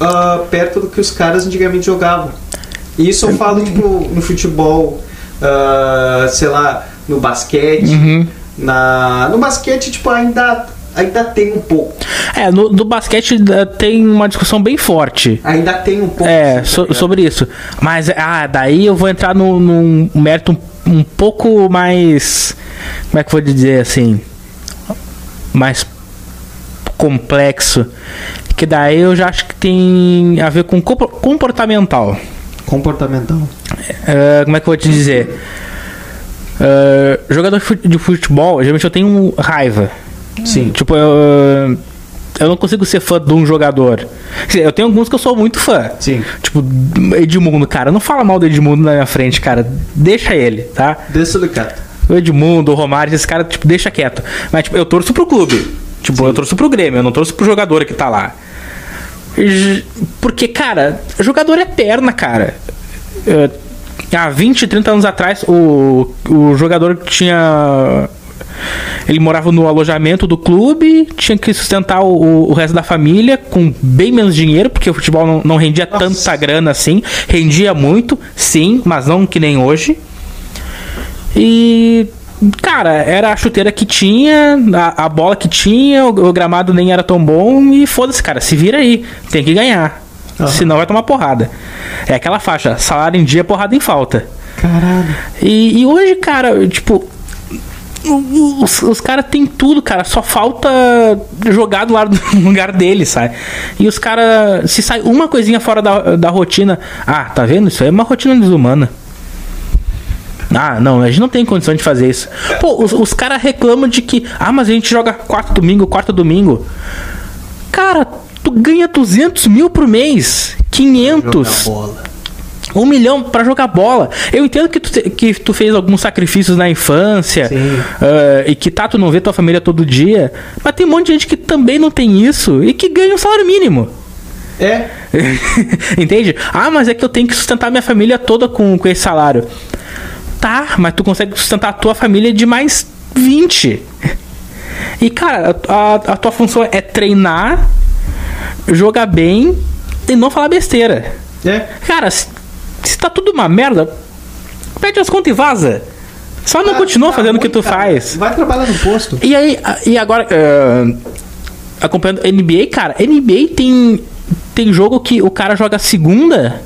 C: ah, perto do que os caras antigamente jogavam. E isso eu falo, tipo, no futebol, ah, sei lá, no basquete,
B: Uhum.
C: na, no basquete, tipo, ainda... Ainda tem um pouco.
B: É, no, no basquete eh, tem uma discussão bem forte.
C: Ainda tem um pouco.
B: É,
C: assim, tá
B: so-
C: ligado?
B: sobre isso. Mas, ah, daí eu vou entrar num, num mérito um, um pouco mais. Como é que eu vou dizer assim? Mais complexo. Que daí eu já acho que tem a ver com compo- comportamental.
C: Comportamental.
B: Ah, como é que eu vou te dizer? Ah, jogador de fut- de futebol, geralmente eu tenho raiva. Sim. Tipo, eu, eu não consigo ser fã de um jogador. Quer dizer, Eu tenho alguns que eu sou muito fã.
C: Sim.
B: Tipo, Edmundo, cara. Não fala mal do Edmundo na minha frente, cara. Deixa ele, tá?
C: Desdelicado.
B: O Edmundo, o Romário, esses caras, tipo, deixa quieto. Mas, tipo, eu torço pro clube. Tipo, eu torço pro Grêmio, eu não torço pro jogador que tá lá. J- Porque, cara, jogador é perna, cara. É, há 20, 30 anos atrás, o, o jogador tinha. Ele morava no alojamento do clube, tinha que sustentar o, o resto da família com bem menos dinheiro, porque o futebol não, não rendia tanta grana assim. Rendia muito, sim, mas não que nem hoje. E. Cara, era a chuteira que tinha, a, a bola que tinha, o, o gramado nem era tão bom e foda-se, cara, se vira aí, tem que ganhar. Senão vai tomar porrada. É aquela faixa, salário em dia, porrada em falta.
C: Caralho.
B: E, e hoje, cara, eu, tipo. o- o- Os, os caras têm tudo, cara. Só falta jogar do lado do lugar deles, sabe? E os caras. Se sai uma coisinha fora da, da rotina. Ah, tá vendo? Isso aí é uma rotina desumana. Ah, não, a gente não tem condição de fazer isso. Pô, os, os caras reclamam de que. Ah, mas a gente joga quarto domingo, quarto domingo. Cara, tu ganha 200 mil por mês. 500
C: bola.
B: um milhão pra jogar bola. Eu entendo que tu, te- que tu fez alguns sacrifícios na infância
C: Sim.
B: ah, e que tá, tu não vê tua família todo dia, mas tem um monte de gente que também não tem isso e que ganha um salário mínimo.
C: É.
B: Entende? Ah, mas é que eu tenho que sustentar minha família toda com, com esse salário. Tá, mas tu consegue sustentar a tua família de mais 20. E cara, a, a- a tua função é treinar, jogar bem e não falar besteira.
C: É.
B: Cara, se, se tá tudo uma merda, pede as contas e vaza. Só não continua
C: Tá
B: fazendo o
C: ruim,
B: que tu
C: cara.
B: faz.
C: Vai trabalhar no posto.
B: E aí, a- e agora, ahn, acompanhando NBA, cara, NBA tem, tem jogo que o cara joga segunda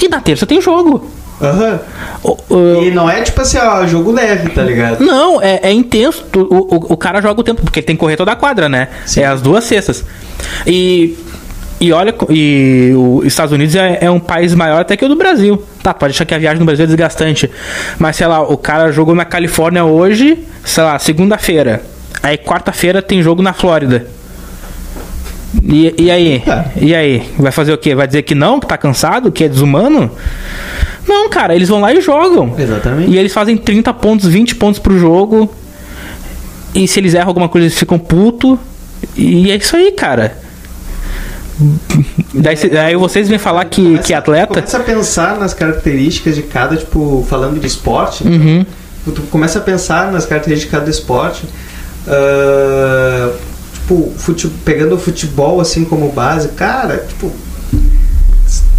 B: e na terça tem jogo.
C: Aham.
B: O- ah, o-
C: E não é tipo assim, ó, jogo leve, tá ligado?
B: Não, é, é intenso. Tu- O, o, o cara joga o tempo, porque ele tem que correr toda a quadra, né?
C: Sim.
B: É as duas cestas. E. E olha, co- e os Estados Unidos é, é um país maior até que o do Brasil. Tá, pode achar que a viagem no Brasil é desgastante. Mas sei lá, o cara jogou na Califórnia hoje, sei lá, segunda-feira. Aí quarta-feira tem jogo na Flórida. E, e aí?
C: Tá.
B: E aí? Vai fazer o quê? Vai dizer que não, que tá cansado, que é desumano? Não, cara, eles vão lá e jogam.
C: Exatamente.
B: E eles fazem 30 pontos, 20 pontos pro jogo. E se eles erram alguma coisa, eles ficam puto. E é isso aí, cara. Daí, cê- aí vocês vêm falar que, que é atleta.
C: Começa a pensar nas características de cada, tipo, falando de esporte. então,
B: Uhum.
C: Tu começa a pensar nas características de cada esporte. Ah, tipo, fute- pegando o futebol assim como base, cara, tipo.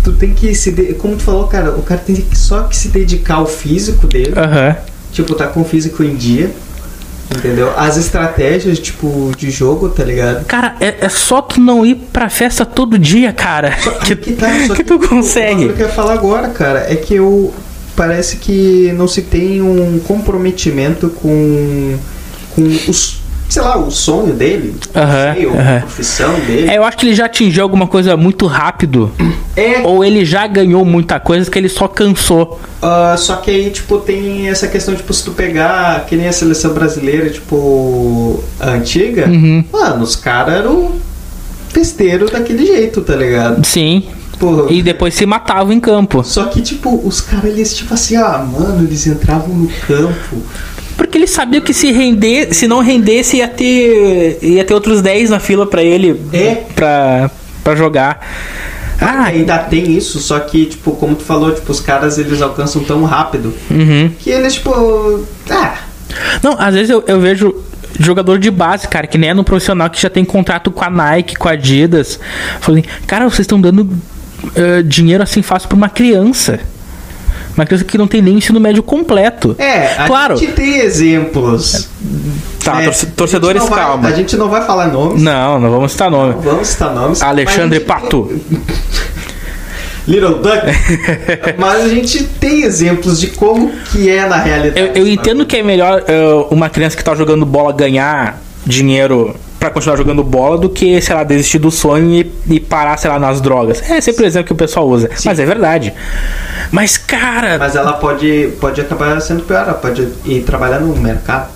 C: Tu tem que se. de- Como tu falou, cara, o cara tem que só que se dedicar ao físico dele.
B: Aham.
C: Tipo, tá com o físico em dia. Entendeu? As estratégias, tipo, de jogo, tá ligado?
B: Cara, é, é só tu não ir pra festa todo dia, cara.
C: Aí que tá, só
B: que tu
C: o-
B: consegue.
C: O que eu quero falar agora, cara, é que eu parece que não se tem um comprometimento com com os, sei lá, o sonho dele,
B: Aham,
C: não sei, ou
B: aham.
C: a profissão dele.
B: É, eu acho que ele já atingiu alguma coisa muito rápido.
C: É,
B: Ou ele já ganhou muita coisa que ele só cansou.
C: ah, só que aí, tipo, tem essa questão, tipo, se tu pegar que nem a seleção brasileira, tipo, a antiga,
B: Uhum.
C: mano, os caras eram festeiro daquele jeito, tá ligado?
B: Sim.
C: Pô,
B: E depois se matava em campo.
C: Só que, tipo, os caras, eles, tipo assim, ah, mano, eles entravam no campo.
B: Porque ele sabia que se render, se não rendesse, ia ter, ia ter outros 10 na fila pra ele
C: É.
B: pra, pra jogar. Ah,
C: Ah, ainda tem isso, só que, tipo, como tu falou, tipo, os caras, eles alcançam tão rápido
B: uhum.
C: que eles, tipo, ah,
B: Não, às vezes eu, eu vejo jogador de base, cara, que nem é no profissional que já tem contrato com a Nike, com a Adidas. Falei, cara, vocês estão dando eh, dinheiro assim fácil pra uma criança. Uma criança que não tem nem ensino médio completo.
C: é, a
B: claro.
C: gente tem exemplos.
D: Tá,
C: né?
D: torce-
C: A gente
D: torcedores,
C: não vai-
D: calma.
C: a gente não vai falar nomes,
B: Não, não vamos citar nome.
C: não vamos citar nomes.
B: Alexandre
C: mas a gente
B: Pato.
C: tem- Little Duck. mas a gente tem exemplos de como que é na realidade.
B: Eu, eu entendo que é melhor eh, uma criança que tá jogando bola ganhar dinheiro pra continuar jogando bola do que, sei lá, desistir do sonho e, e parar, sei lá, nas drogas. É sempre o exemplo que o pessoal usa. Mas é verdade. Mas, cara,
C: Mas ela pode, pode acabar sendo pior, ela pode ir trabalhar no mercado.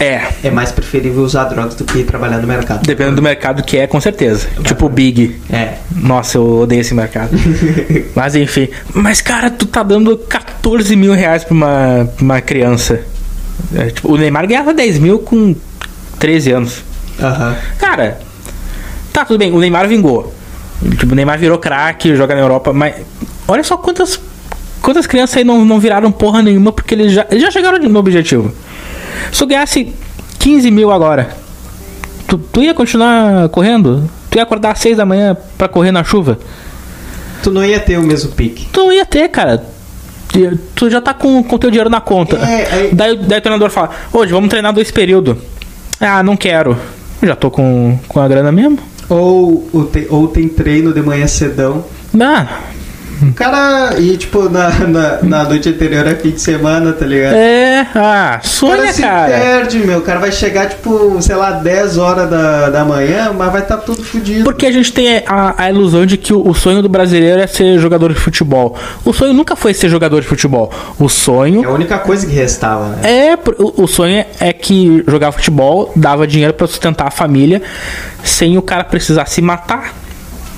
B: é.
C: É mais preferível usar drogas do que ir trabalhar no mercado.
B: Dependendo do mercado que é, com certeza. Tipo o Big.
C: É.
B: Nossa, eu odeio esse mercado. Mas enfim. Mas, cara, tu tá dando 14 mil reais pra uma, pra uma criança. É, tipo, o Neymar ganhava 10 mil com 13 anos.
C: Aham.
B: Cara, tá tudo bem, o Neymar vingou. Tipo, o Neymar virou craque, joga na Europa, mas olha só quantas quantas crianças aí não, não viraram porra nenhuma porque eles já, eles já chegaram no objetivo. Se eu ganhasse 15 mil agora, tu, tu ia continuar correndo? Tu ia acordar às 6 da manhã pra correr na chuva?
C: Tu não ia ter o mesmo pique.
B: Tu não ia ter, cara. Tu- Tu já tá com o teu dinheiro na conta.
C: É, é.
B: Daí, daí o treinador fala: Hoje vamos treinar dois períodos. Ah, não quero. Já tô com, com a grana mesmo.
C: Ou, ou, tem, ou tem treino de manhã cedão.
B: Ah,
C: O cara. E tipo, na, na, na noite anterior é fim de semana, tá ligado?
B: É, ah,
C: O cara,
B: sonha,
C: se
B: cara.
C: perde, meu. O cara vai chegar, tipo, sei lá, 10 horas da, da manhã, mas vai estar tá tudo fodido.
B: Porque a gente tem a, a ilusão de que o, o sonho do brasileiro é ser jogador de futebol. O sonho nunca foi ser jogador de futebol. O
C: É a
B: sonho
C: única coisa que restava, né?
B: é. por- O, o sonho é que jogar futebol dava dinheiro pra sustentar a família sem o cara precisar se matar.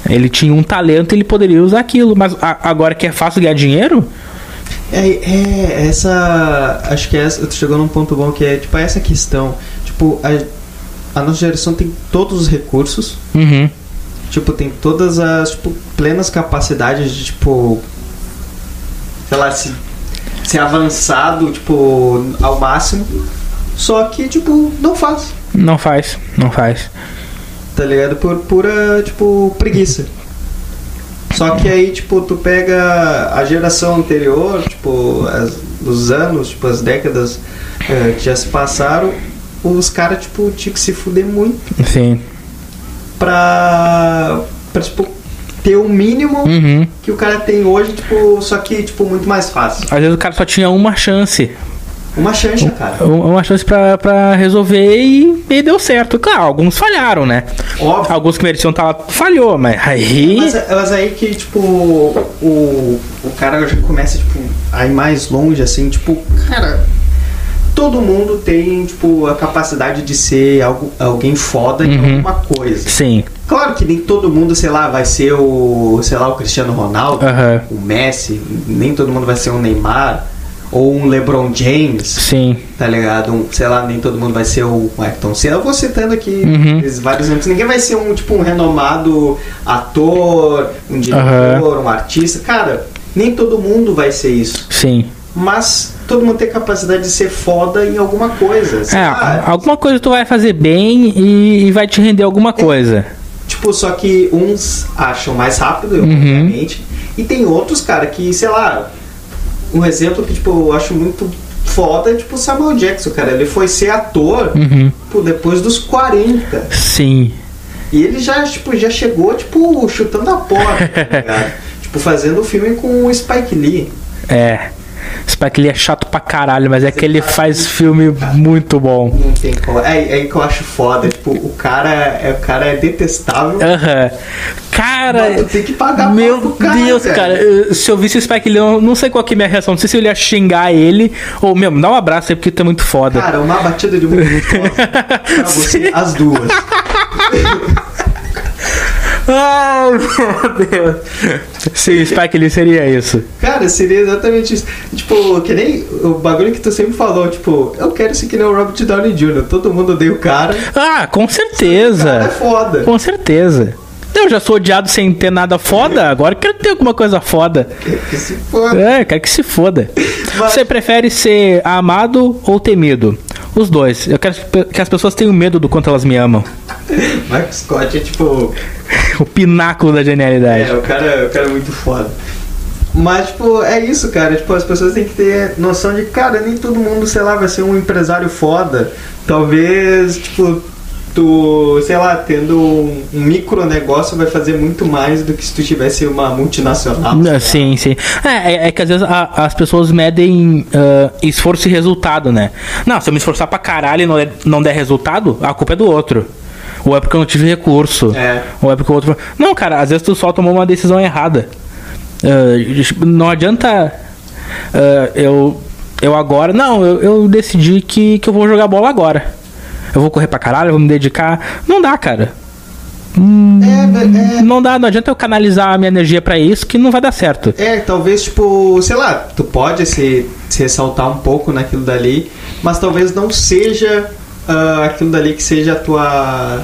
B: Ele tinha um talento e ele poderia usar aquilo. Mas a- agora que é fácil ganhar dinheiro,
C: É, é, essa. Acho que é essa, tu chegou num ponto bom que é, tipo, essa questão. Tipo, a, a nossa geração tem todos os recursos.
B: uhum,
C: Tipo, tem todas as tipo, plenas capacidades de, tipo. Sei lá, se, ser avançado, tipo, ao máximo. Só que, tipo, não faz.
B: não faz, não faz.
C: Tá ligado? Por pura, tipo, preguiça. Só que aí, tipo, tu pega a geração anterior, tipo, as- os anos, tipo, as décadas eh, que já se passaram, os caras, tipo, tinham que se fuder muito
B: Sim.
C: pra, pra tipo, ter o mínimo
B: Uhum.
C: que o cara tem hoje, tipo, só que, tipo, muito mais fácil.
B: Às vezes o cara só tinha uma chance
C: Uma chancha, cara.
B: Um- uma chance pra, pra resolver e, e deu certo. Claro, alguns falharam, né?
C: Óbvio.
B: Alguns que mereciam estar lá falhou, mas aí.
C: Mas, é- mas aí que, tipo, o, o cara já começa, tipo, a ir mais longe, assim, tipo, cara, todo mundo tem, tipo, a capacidade de ser algo, alguém foda em alguma coisa.
B: Sim.
C: Claro que nem todo mundo, sei lá, vai ser o, sei lá, o Cristiano Ronaldo,
B: Aham.
C: o Messi, nem todo mundo vai ser um Neymar ou um LeBron James.
B: Sim.
C: tá ligado? Um, sei lá, nem todo mundo vai ser o Ayrton Senna. Eu vou citando aqui
B: Uhum.
C: esses vários exemplos. Ninguém vai ser um, tipo, um renomado ator, um diretor, um artista. Cara, nem todo mundo vai ser isso.
B: Sim.
C: Mas todo mundo tem capacidade de ser foda em alguma coisa. sei
B: É,
C: lá.
B: alguma coisa tu vai fazer bem e, e vai te render alguma coisa.
C: Tipo, só que uns acham mais rápido, eu, obviamente. E tem outros, cara, que, sei lá, um exemplo que, tipo, eu acho muito foda, tipo Samuel Jackson, cara. Ele foi ser ator
B: Uhum.
C: tipo, depois dos 40.
B: Sim.
C: E ele já, tipo, já chegou, tipo, chutando a porta, tá ligado? Tipo, fazendo o filme com o Spike Lee.
B: É. Spike Lee é chato pra caralho, mas é que ele faz filme muito bom.
C: Não tem como. É, é aí que eu acho foda. Tipo, o cara é, o cara é detestável.
B: Aham. Cara.
C: Mano, tem que pagar pau
B: Meu
C: pro cara,
B: Deus,
C: velho.
B: cara. eu- Se eu visse o Spike Lee, eu não sei qual que é a minha reação. Não sei se eu ia xingar ele ou, meu, me dá um abraço aí porque tu é muito foda.
C: Cara, uma batida de um minuto pra você, as duas.
B: Ai, Ah, meu Deus. Sim, o Spike Lee seria isso.
C: Cara, seria exatamente isso. Tipo, que nem o bagulho que tu sempre falou, tipo, eu quero ser que nem o Robert Downey Jr. Todo mundo odeia o cara.
B: Ah, com
C: O cara é
B: certeza.
C: foda.
B: Com certeza. Eu já sou odiado sem ter nada foda, agora eu quero ter alguma coisa foda.
C: Que se foda.
B: É, quero que se foda.
C: Mas-
B: Você prefere ser amado ou temido? Os dois. Eu quero que as pessoas tenham medo do quanto elas me amam.
C: Michael Scott é tipo.
B: O pináculo da
C: É,
B: genialidade.
C: o cara, o cara é muito foda. Mas, tipo, é isso, cara. Tipo, as pessoas têm que ter noção de, cara, nem todo mundo, sei lá, vai ser um empresário foda. Talvez, tipo, tu, sei lá, tendo um um micro negócio vai fazer muito mais do que se tu tivesse uma multinacional.
B: Não, Ah, Sim, sim. É, é, é que às vezes a- as pessoas medem ah, esforço e resultado, né? Não, se eu me esforçar pra caralho e não, der- não der resultado, a culpa é do outro. Ou é porque eu não tive recurso.
C: É.
B: Ou é porque o outro. Não, cara, às vezes tu só tomou uma decisão errada. Ah, tipo, não adianta ah, eu, eu agora. Não, eu, eu decidi que, que eu vou jogar bola agora. Eu vou correr pra caralho, eu vou me dedicar. Não dá, cara.
C: É, velho, é,
B: Não dá, não adianta eu canalizar a minha energia pra isso que não vai dar certo.
C: É, talvez, tipo, sei lá, tu pode se, se ressaltar um pouco naquilo dali, mas talvez não seja ah, aquilo dali que seja a tua,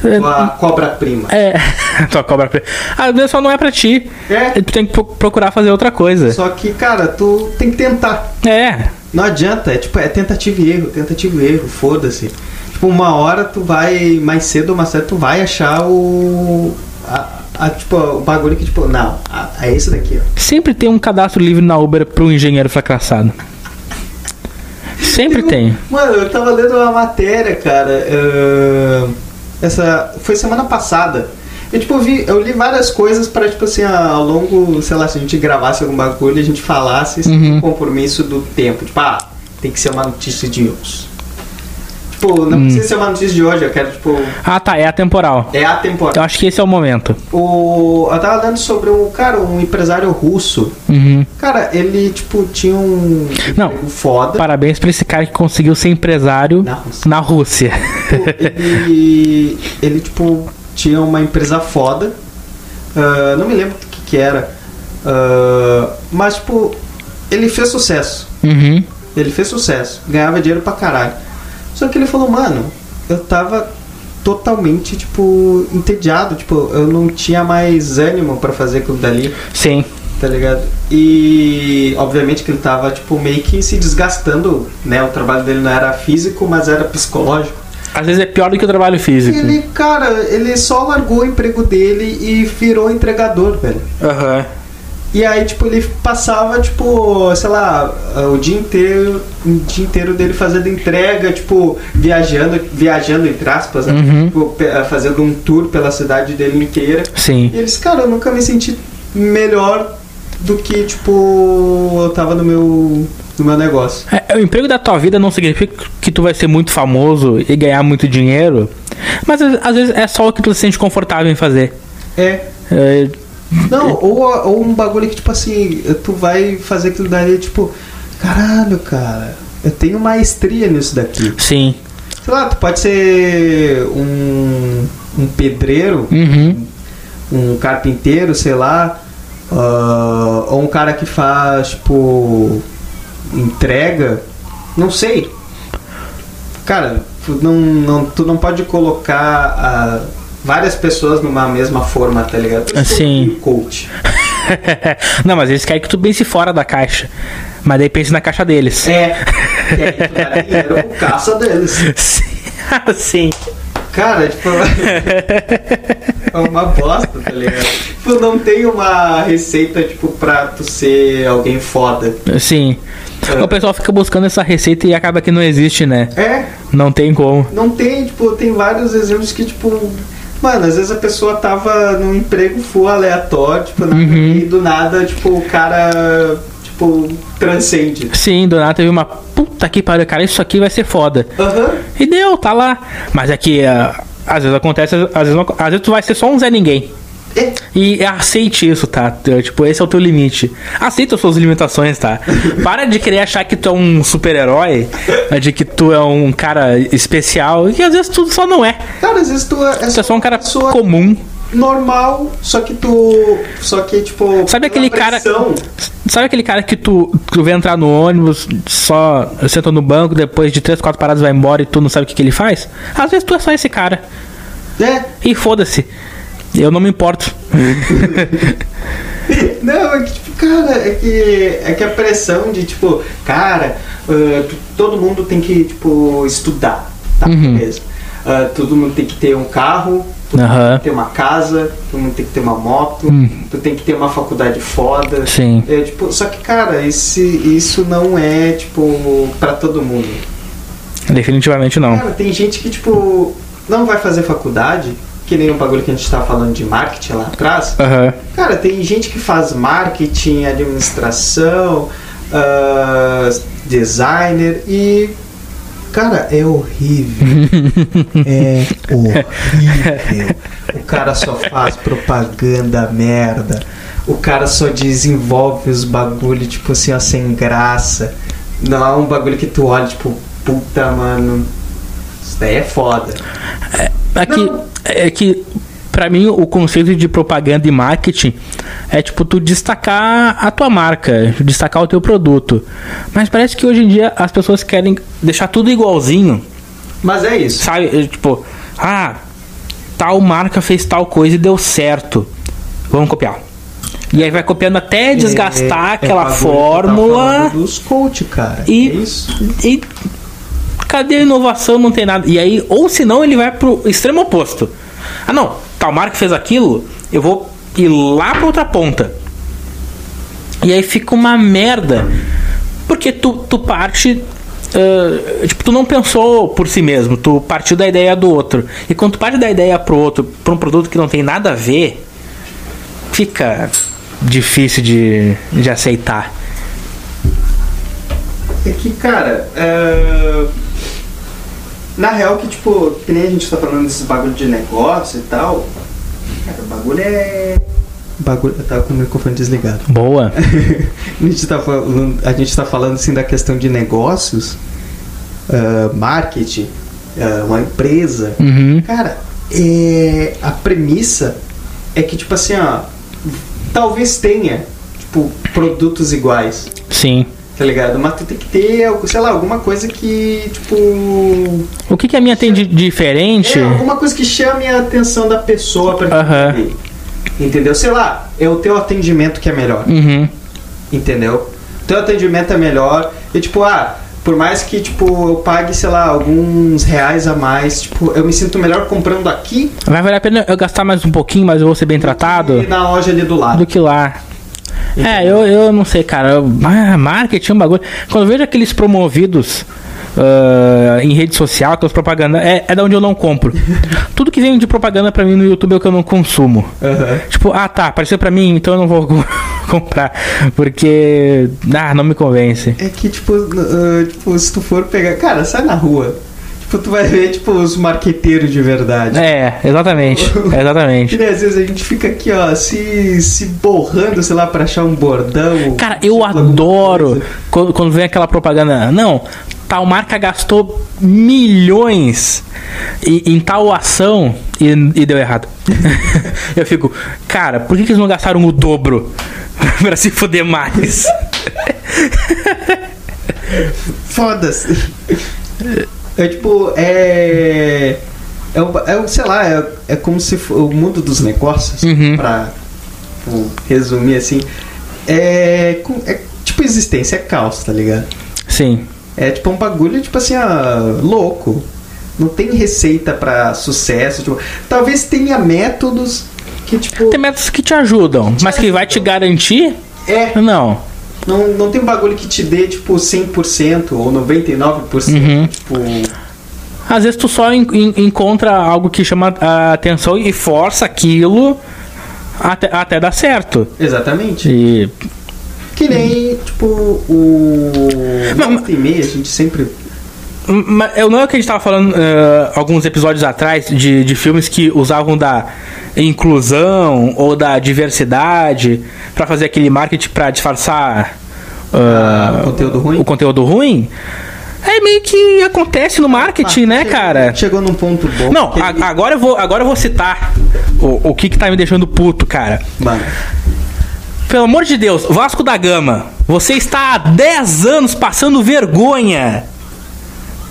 C: tua cobra-prima.
B: É, tua cobra preta. Às vezes só não é pra ti.
C: É.
B: Tu tem que pro- procurar fazer outra coisa.
C: Só que, cara, tu tem que tentar.
B: É.
C: Não adianta, é tipo, é tentativa e erro, tentativa e erro, foda-se. Tipo, uma hora tu vai, mais cedo ou mais cedo, tu vai achar o. a- a, tipo, o bagulho que, tipo, não, a- é esse daqui, ó.
B: Sempre tem um cadastro livre na Uber pro engenheiro fracassado. Sempre tem.
C: Mano, eu tava lendo uma matéria, cara. ahn, essa. Foi semana passada. Eu, tipo, vi, eu li várias coisas pra, tipo assim, ao longo, sei lá, se a gente gravasse algum bagulho, a gente falasse sem compromisso do tempo. Tipo, ah, tem que ser uma notícia de hoje. Tipo, não precisa ser uma notícia de hoje, eu quero, tipo,
B: Ah, tá, é atemporal.
C: é atemporal.
B: Eu acho que esse é o momento.
C: O, eu tava lendo sobre um, cara, um empresário russo.
B: Uhum.
C: Cara, ele, tipo, tinha um
B: Não.
C: emprego foda.
B: Parabéns pra esse cara que conseguiu ser empresário
C: Na Rússia.
B: na Rússia.
C: Tipo, ele, ele, tipo, tinha uma empresa foda. ah, não me lembro o que, que era. ah, mas, tipo, ele fez sucesso.
B: Uhum.
C: Ele fez sucesso. Ganhava dinheiro pra caralho. Só que ele falou, mano, eu tava totalmente, tipo, entediado. Tipo, eu não tinha mais ânimo pra fazer aquilo dali
B: Sim.
C: tá ligado? E obviamente que ele tava tipo meio que se desgastando, né? O trabalho dele não era físico, mas era psicológico.
B: Às vezes é pior do que o trabalho físico.
C: Ele, cara, ele só largou o emprego dele e virou entregador, velho.
B: Aham.
C: E aí, tipo, ele passava, tipo, sei lá, o dia inteiro, o dia inteiro dele fazendo entrega, tipo, viajando, viajando entre aspas, né? Tipo, pe- eh, fazendo um tour pela cidade dele inteira.
B: Sim.
C: E eles, cara, eu nunca me senti melhor do que, tipo, eu tava no meu, no meu negócio.
B: É, o emprego da tua vida não significa que tu vai ser muito famoso e ganhar muito dinheiro, mas às às vezes é só o que tu se sente confortável em fazer.
C: É.
B: É,
C: Não, ou, ou um bagulho que, tipo assim, tu vai fazer aquilo dali, tipo, caralho, cara, eu tenho maestria nisso daqui.
B: sim.
C: Sei lá, tu pode ser um, um pedreiro,
B: Uhum.
C: um carpinteiro, sei lá, ah, ou um cara que faz, tipo, entrega, não sei. Cara, tu não, não, tu não pode colocar ah, várias pessoas numa mesma forma, tá ligado? Eu sou
B: Ah, Sim.
C: um coach.
B: não, mas eles querem que tu pense fora da caixa. Mas daí pense na caixa deles.
C: É, é, cara, ele era o caça deles.
B: Sim. sim.
C: Cara, tipo, é uma bosta, tá ligado? Tipo, não tem uma receita, tipo, pra tu ser alguém foda.
B: Sim. O pessoal fica buscando essa receita e acaba que não existe, né?
C: É,
B: Não tem como.
C: não tem, tipo, tem vários exemplos que, tipo. Mano, às vezes a pessoa tava num emprego full aleatório, tipo,
B: Uhum.
C: nada- e do nada, tipo, o cara, tipo, transcende.
B: Sim, do nada teve uma puta que pariu, cara, isso aqui vai ser foda.
C: Aham.
B: E deu, tá lá. Mas é que ah, às vezes acontece, às vezes, não ac- às vezes tu vai ser só um Zé Ninguém.
C: É,
B: E aceite isso, tá? Eu, Tipo, esse é o teu limite. Aceita as suas limitações, tá? Para de querer achar que tu é um super-herói, de que tu é um cara especial, e às vezes tu só não é.
C: Cara, às vezes tu é,
B: Tu é só um cara
C: pessoa
B: comum.
C: normal, só que tu. Só que, tipo.
B: Sabe aquele
C: pela
B: cara-
C: pressão,
B: Sabe aquele cara que tu, tu vê entrar no ônibus, só senta no banco, depois de três, quatro paradas vai embora e tu não sabe o que, que ele faz? Às vezes tu é só esse cara.
C: Né?
B: E foda-se. Eu não me importo.
C: Não, é que, tipo, cara, é que, é que a pressão de, tipo, cara, ah, tu- todo mundo tem que, tipo, estudar, tá?
B: Uhum.
C: Beleza. Ah, todo mundo tem que ter um carro, todo mundo
B: Aham. Hum.
C: tem que ter uma casa, todo mundo tem que ter uma moto, tu tem que ter uma faculdade foda.
B: Sim.
C: É, tipo, só que, cara, esse, isso não é, tipo, pra todo mundo.
B: Definitivamente não.
C: Cara, tem gente que, tipo, não vai fazer faculdade, que nem o bagulho que a gente tava falando de marketing lá atrás.
B: Aham.
C: Cara, tem gente que faz marketing, administração, ah, designer e. Cara, é horrível. É horrível. O cara só faz propaganda merda. O cara só desenvolve os bagulho, tipo assim, ó, sem graça. Não é um bagulho que tu olha, tipo, puta, mano. Isso daí é foda.
B: É que,
C: Não.
B: é que pra mim, o conceito de propaganda e marketing é tipo tu destacar a tua marca, destacar o teu produto. Mas parece que hoje em dia as pessoas querem deixar tudo igualzinho.
C: Mas é isso.
B: Sabe? É, Tipo, ah, tal marca fez tal coisa e deu certo. Vamos copiar. E aí vai copiando até desgastar
C: É- é
B: aquela
C: bagulho que eu tava
B: fórmula.
C: falando dos coach, cara.
B: E-
C: É isso.
B: E cadê a inovação? Não tem nada. E aí, ou senão ele vai pro extremo oposto. Ah não, tal marca fez aquilo, eu vou ir lá pra outra ponta. E aí fica uma merda. Porque tu, tu parte. ah, tipo, tu não pensou por si mesmo, tu partiu da ideia do outro. E quando tu parte da ideia pro outro, pra um produto que não tem nada a ver, fica difícil de, de aceitar.
C: É que, cara, é, na real que, tipo, que nem a gente tá falando desses bagulho de negócio e tal, cara, o bagulho é... Bagulho, eu tava com o microfone desligado.
B: Boa.
C: a, gente tá falando, a gente tá falando, assim, da questão de negócios, é, marketing, é, uma empresa.
B: Uhum.
C: Cara, é, a premissa é que, tipo assim, ó, talvez tenha, tipo, produtos iguais
B: Sim.
C: tá ligado? Mas tu tem que ter, sei lá, alguma coisa que, tipo.
B: O que, que a minha tem de diferente?
C: É, alguma coisa que chame a atenção da pessoa pra
B: Aham.
C: entender. Entendeu? Sei lá, é o teu atendimento que é melhor.
B: Uhum.
C: Entendeu? Teu atendimento é melhor. E tipo, ah, por mais que, tipo, eu pague, sei lá, alguns reais a mais, tipo, eu me sinto melhor comprando aqui
B: Vai valer a pena eu gastar mais um pouquinho, mas eu vou ser bem
C: e
B: tratado
C: na loja ali do lado.
B: do que lá. É, eu, eu não sei, cara. Eu- ah, marketing é um bagulho. Quando eu vejo aqueles promovidos ah, em rede social, aquelas propagandas, é, é da onde eu não compro. Tudo que vem de propaganda pra mim no YouTube é o que eu não consumo.
C: Aham.
B: Tipo, ah tá, apareceu pra mim, então eu não vou comprar. Porque. Ah, não me convence.
C: É que, tipo, n- ah, tipo, se tu for pegar. Cara, sai na rua. Tipo, tu vai ver, tipo, os marqueteiros de verdade.
B: É, exatamente.
C: Que
B: Exatamente.
C: nem às vezes a gente fica aqui, ó, se, se borrando, sei lá, pra achar um bordão.
B: Cara, eu
C: alguma
B: adoro
C: coisa.
B: quando, quando vem aquela propaganda. Não, tal marca gastou milhões e- em, tal ação e, e deu errado. eu fico, cara, por que, que eles não gastaram o dobro pra se fuder mais?
C: Foda-se. É tipo, é. É, um- é um, sei lá, é, é como se fo- o mundo dos negócios,
B: Uhum.
C: pra tipo, resumir assim, é, com- é tipo existência, é caos, tá ligado?
B: Sim.
C: É tipo um bagulho, tipo assim, ah, louco. Não tem receita pra sucesso. Tipo, talvez tenha métodos que, tipo.
B: Tem métodos que te ajudam, mas que vai te garantir?
C: É,
B: Não.
C: Não, não tem um bagulho que te dê, tipo, 100% ou 99%. Tipo,
B: Às vezes tu só en- en- encontra algo que chama a atenção e força aquilo até, até dar certo.
C: exatamente.
B: E.
C: Que nem, tipo, o.
B: Não,
C: Volta e meia, a gente sempre.
B: Mas eu não é o que a gente tava falando eh, alguns episódios atrás de, de filmes que usavam da inclusão ou da diversidade pra fazer aquele marketing pra disfarçar ah,
C: Ah, o conteúdo ruim?
B: o conteúdo ruim? É meio que acontece no marketing, né,
C: Chegou-
B: cara?
C: Chegou num ponto bom.
B: Não,
C: que ele-
B: a- agora eu vou, agora eu vou citar o, o que que tá me deixando puto, cara.
C: Mano,
B: Pelo amor de Deus, Vasco da Gama, você está há 10 anos passando vergonha.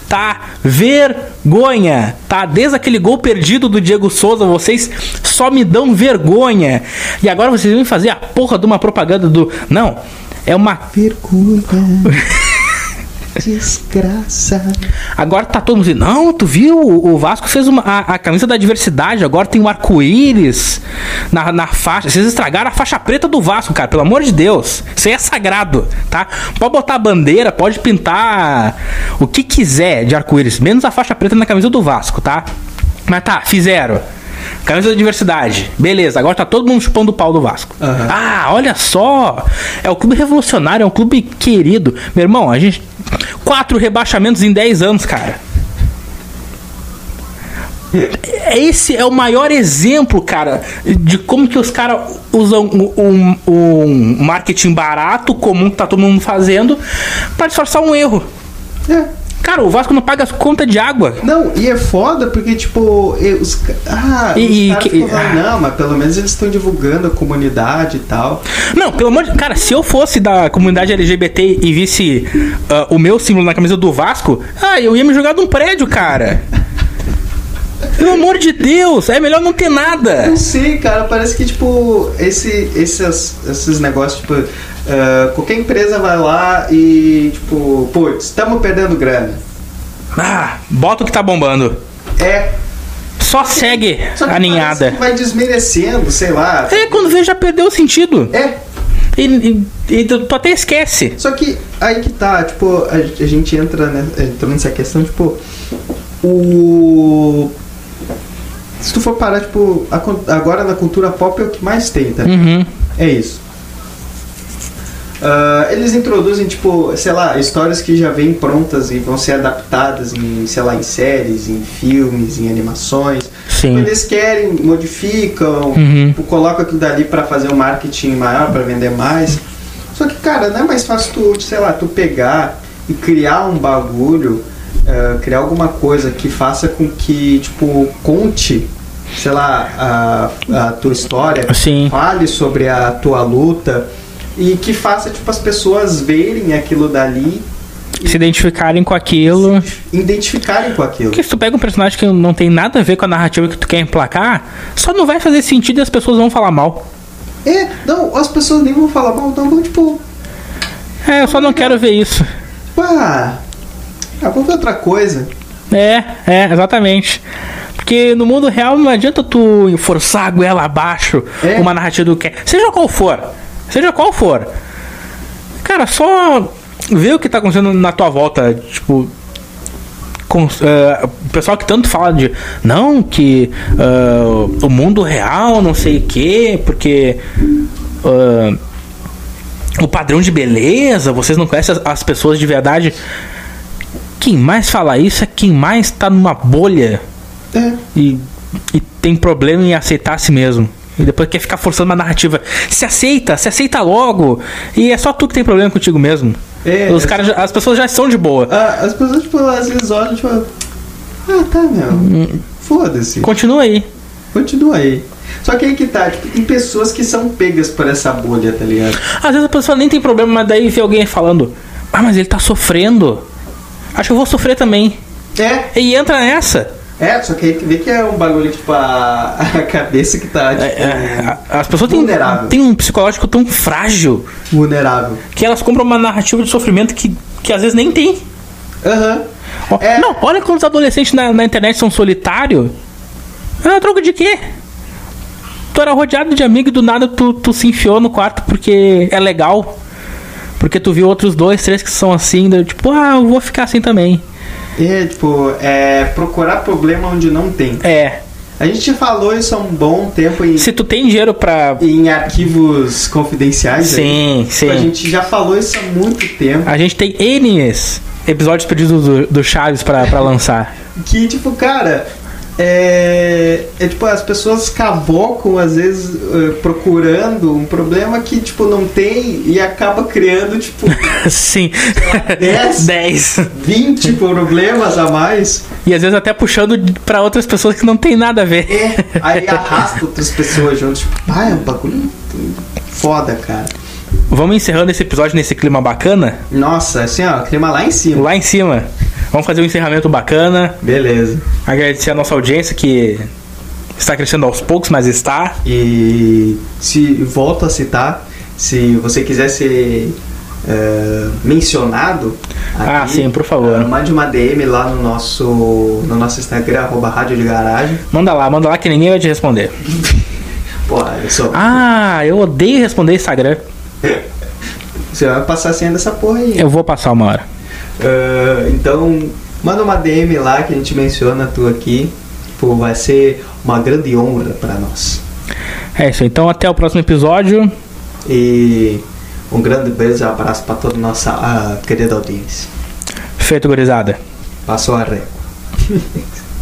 B: Tá? Vergonha. Tá? Desde aquele gol perdido do Diego Souza, vocês só me dão vergonha. E agora vocês vêm fazer a porra de uma propaganda do. Não, é uma
D: Vergonha. Desgraça.
B: Agora tá todo mundo assim, não, tu viu? O o Vasco fez uma- a, a camisa da diversidade, agora tem um arco-íris na, na faixa. Vocês estragaram a faixa preta do Vasco, cara, pelo amor de Deus. Isso aí é sagrado, tá? Pode botar a bandeira, pode pintar o que quiser de arco-íris, menos a faixa preta na camisa do Vasco, tá? Mas tá, fizeram. Camisa da diversidade. Beleza, agora tá todo mundo chupando o pau do Vasco.
C: Aham.
B: Ah, olha só! É um clube revolucionário, é um clube querido. Meu irmão, a gente. Quatro rebaixamentos em 10 anos, cara. Esse é o maior exemplo, cara, de como que os caras usam um, um- um marketing barato, comum que tá todo mundo fazendo, pra disfarçar um erro.
C: é.
B: Cara, o Vasco não paga as contas de água.
C: Não, e é foda porque, tipo, e- os, ca- ah,
B: E- e
C: os caras
B: que-
C: ficam falando,
B: ah.
C: não, mas pelo menos eles estão divulgando a comunidade e tal.
B: Não, pelo amor de Cara, se eu fosse da comunidade LGBT e visse ah, o meu símbolo na camisa do Vasco, ah, eu ia me jogar de um prédio, cara. Pelo amor de Deus, é melhor não ter nada.
C: Não sei, assim, cara, parece que, tipo, esse, esses, esses negócios, tipo, ah, qualquer empresa vai lá e, tipo, pô, estamos perdendo grana.
B: Ah, bota o que tá bombando.
C: É.
B: Só segue
C: Só que
B: a
C: parece
B: ninhada.
C: que vai desmerecendo, sei lá.
B: É, quando vê, já perdeu o sentido.
C: É,
B: E, e- e tu tu até esquece.
C: Só que aí que tá, tipo, a, a gente entra né, entrou nessa questão, tipo, o. Se tu for parar, tipo, a con- agora na cultura pop é o que mais tem, tá?
B: Uhum.
C: É isso. Ah, eles introduzem, tipo, sei lá, histórias que já vêm prontas e vão ser adaptadas em, sei lá, em séries, em filmes, em animações.
B: Sim.
C: Eles querem, modificam, tipo, colocam aquilo dali pra fazer um marketing maior, pra vender mais. Só que, cara, não é mais fácil tu, sei lá, tu pegar e criar um bagulho, ah, criar alguma coisa que faça com que, tipo, conte, sei lá, a, a tua história,
B: Sim.
C: fale sobre a tua luta e que faça, tipo, as pessoas verem aquilo dali
B: Se identificarem com aquilo.
C: e identificarem com aquilo.
B: Porque se tu pega um personagem que não tem nada a ver com a narrativa que tu quer emplacar, só não vai fazer sentido e as pessoas vão falar mal.
C: É, não, as pessoas nem vão falar mal, não vão, tipo,
B: É, eu só não quero ver isso.
C: pá, ah, vou ver outra coisa.
B: É, é, exatamente. Porque no mundo real não adianta tu forçar a goela abaixo
C: É.
B: uma narrativa do que é. Seja qual for. Seja qual for. Cara, só ver o que tá acontecendo na tua volta. Tipo. com- eh, o pessoal que tanto fala de não, que ah, o mundo real, não sei o que, porque. ah, o padrão de beleza, vocês não conhecem as- as pessoas de verdade. Quem mais fala isso é quem mais tá numa bolha
C: É,
B: e, e tem problema em aceitar a si mesmo. E depois quer ficar forçando uma narrativa. Se aceita, se aceita logo. E é só tu que tem problema contigo mesmo.
C: É,
B: Os
C: é
B: caras, já- as pessoas já são de boa.
C: Ah, as pessoas, tipo, às vezes olham, tipo, ah, tá, meu, foda-se,
B: Continua aí.
C: continua aí. Só que aí que tá, tipo, tem pessoas que são pegas por essa bolha, tá ligado?
B: Às vezes a pessoa nem tem problema, mas daí vê alguém falando: Ah, mas ele tá sofrendo. Acho que eu vou sofrer também.
C: É,
B: E entra nessa.
C: é, só que aí que vê que é um bagulho, tipo, a, a cabeça que tá, tipo,
B: É, é, a- As pessoas têm,
C: Vulnerável.
B: têm um psicológico tão frágil
C: vulnerável.
B: que elas compram uma narrativa de sofrimento que, que às vezes nem tem.
C: Aham.
B: Ó,
C: É.
B: Não, olha quantos adolescentes na, na internet são solitários. Ah, troco de quê? Tu era rodeado de amigo e do nada tu, tu se enfiou no quarto porque é legal. Porque tu viu outros dois, três que são assim, daí, tipo, ah, eu vou ficar assim também.
C: É, tipo, é procurar problema onde não tem.
B: É.
C: A gente falou isso há um bom tempo em,
B: Se tu tem dinheiro pra.
C: em arquivos confidenciais. aí.
B: Sim, sim.
C: A gente já falou isso há muito tempo.
B: A gente tem N's episódios perdidos do, do Chaves pra, pra lançar.
C: Que, tipo, cara, é, é tipo, as pessoas cavocam, às vezes, eh, procurando um problema que, tipo, não tem e acaba criando, tipo,
B: Sim.
C: Dez?
B: 10.
C: 20 problemas a mais.
B: E às vezes até puxando pra outras pessoas que não tem nada a ver.
C: É, aí arrasta outras pessoas junto. Tipo, ah, é um bagulho foda, cara.
B: Vamos encerrando esse episódio nesse clima bacana?
C: Nossa, assim, ó, clima lá em cima.
B: Lá em cima. Vamos fazer um encerramento bacana.
C: Beleza.
B: Agradecer a nossa audiência que está crescendo aos poucos, mas está.
C: E se volto a citar, se você quiser ser eh, mencionado,
B: Ah, sim, por favor.
C: eh, mande uma DM lá no nosso, no nosso Instagram, arroba rádio de garagem.
B: Manda lá, manda lá que ninguém vai te responder.
C: Porra, eu sou-
B: Ah, eu odeio responder Instagram.
C: você vai passar a senha dessa porra aí.
B: Eu vou passar uma hora.
C: Eh, então, manda uma DM lá que a gente menciona a tua aqui. Pô, vai ser uma grande honra pra nós.
B: É isso, então até o próximo episódio.
C: E um grande beijo e abraço pra toda a nossa ah, querida audiência.
B: Feito, gurizada.
C: Passou a régua.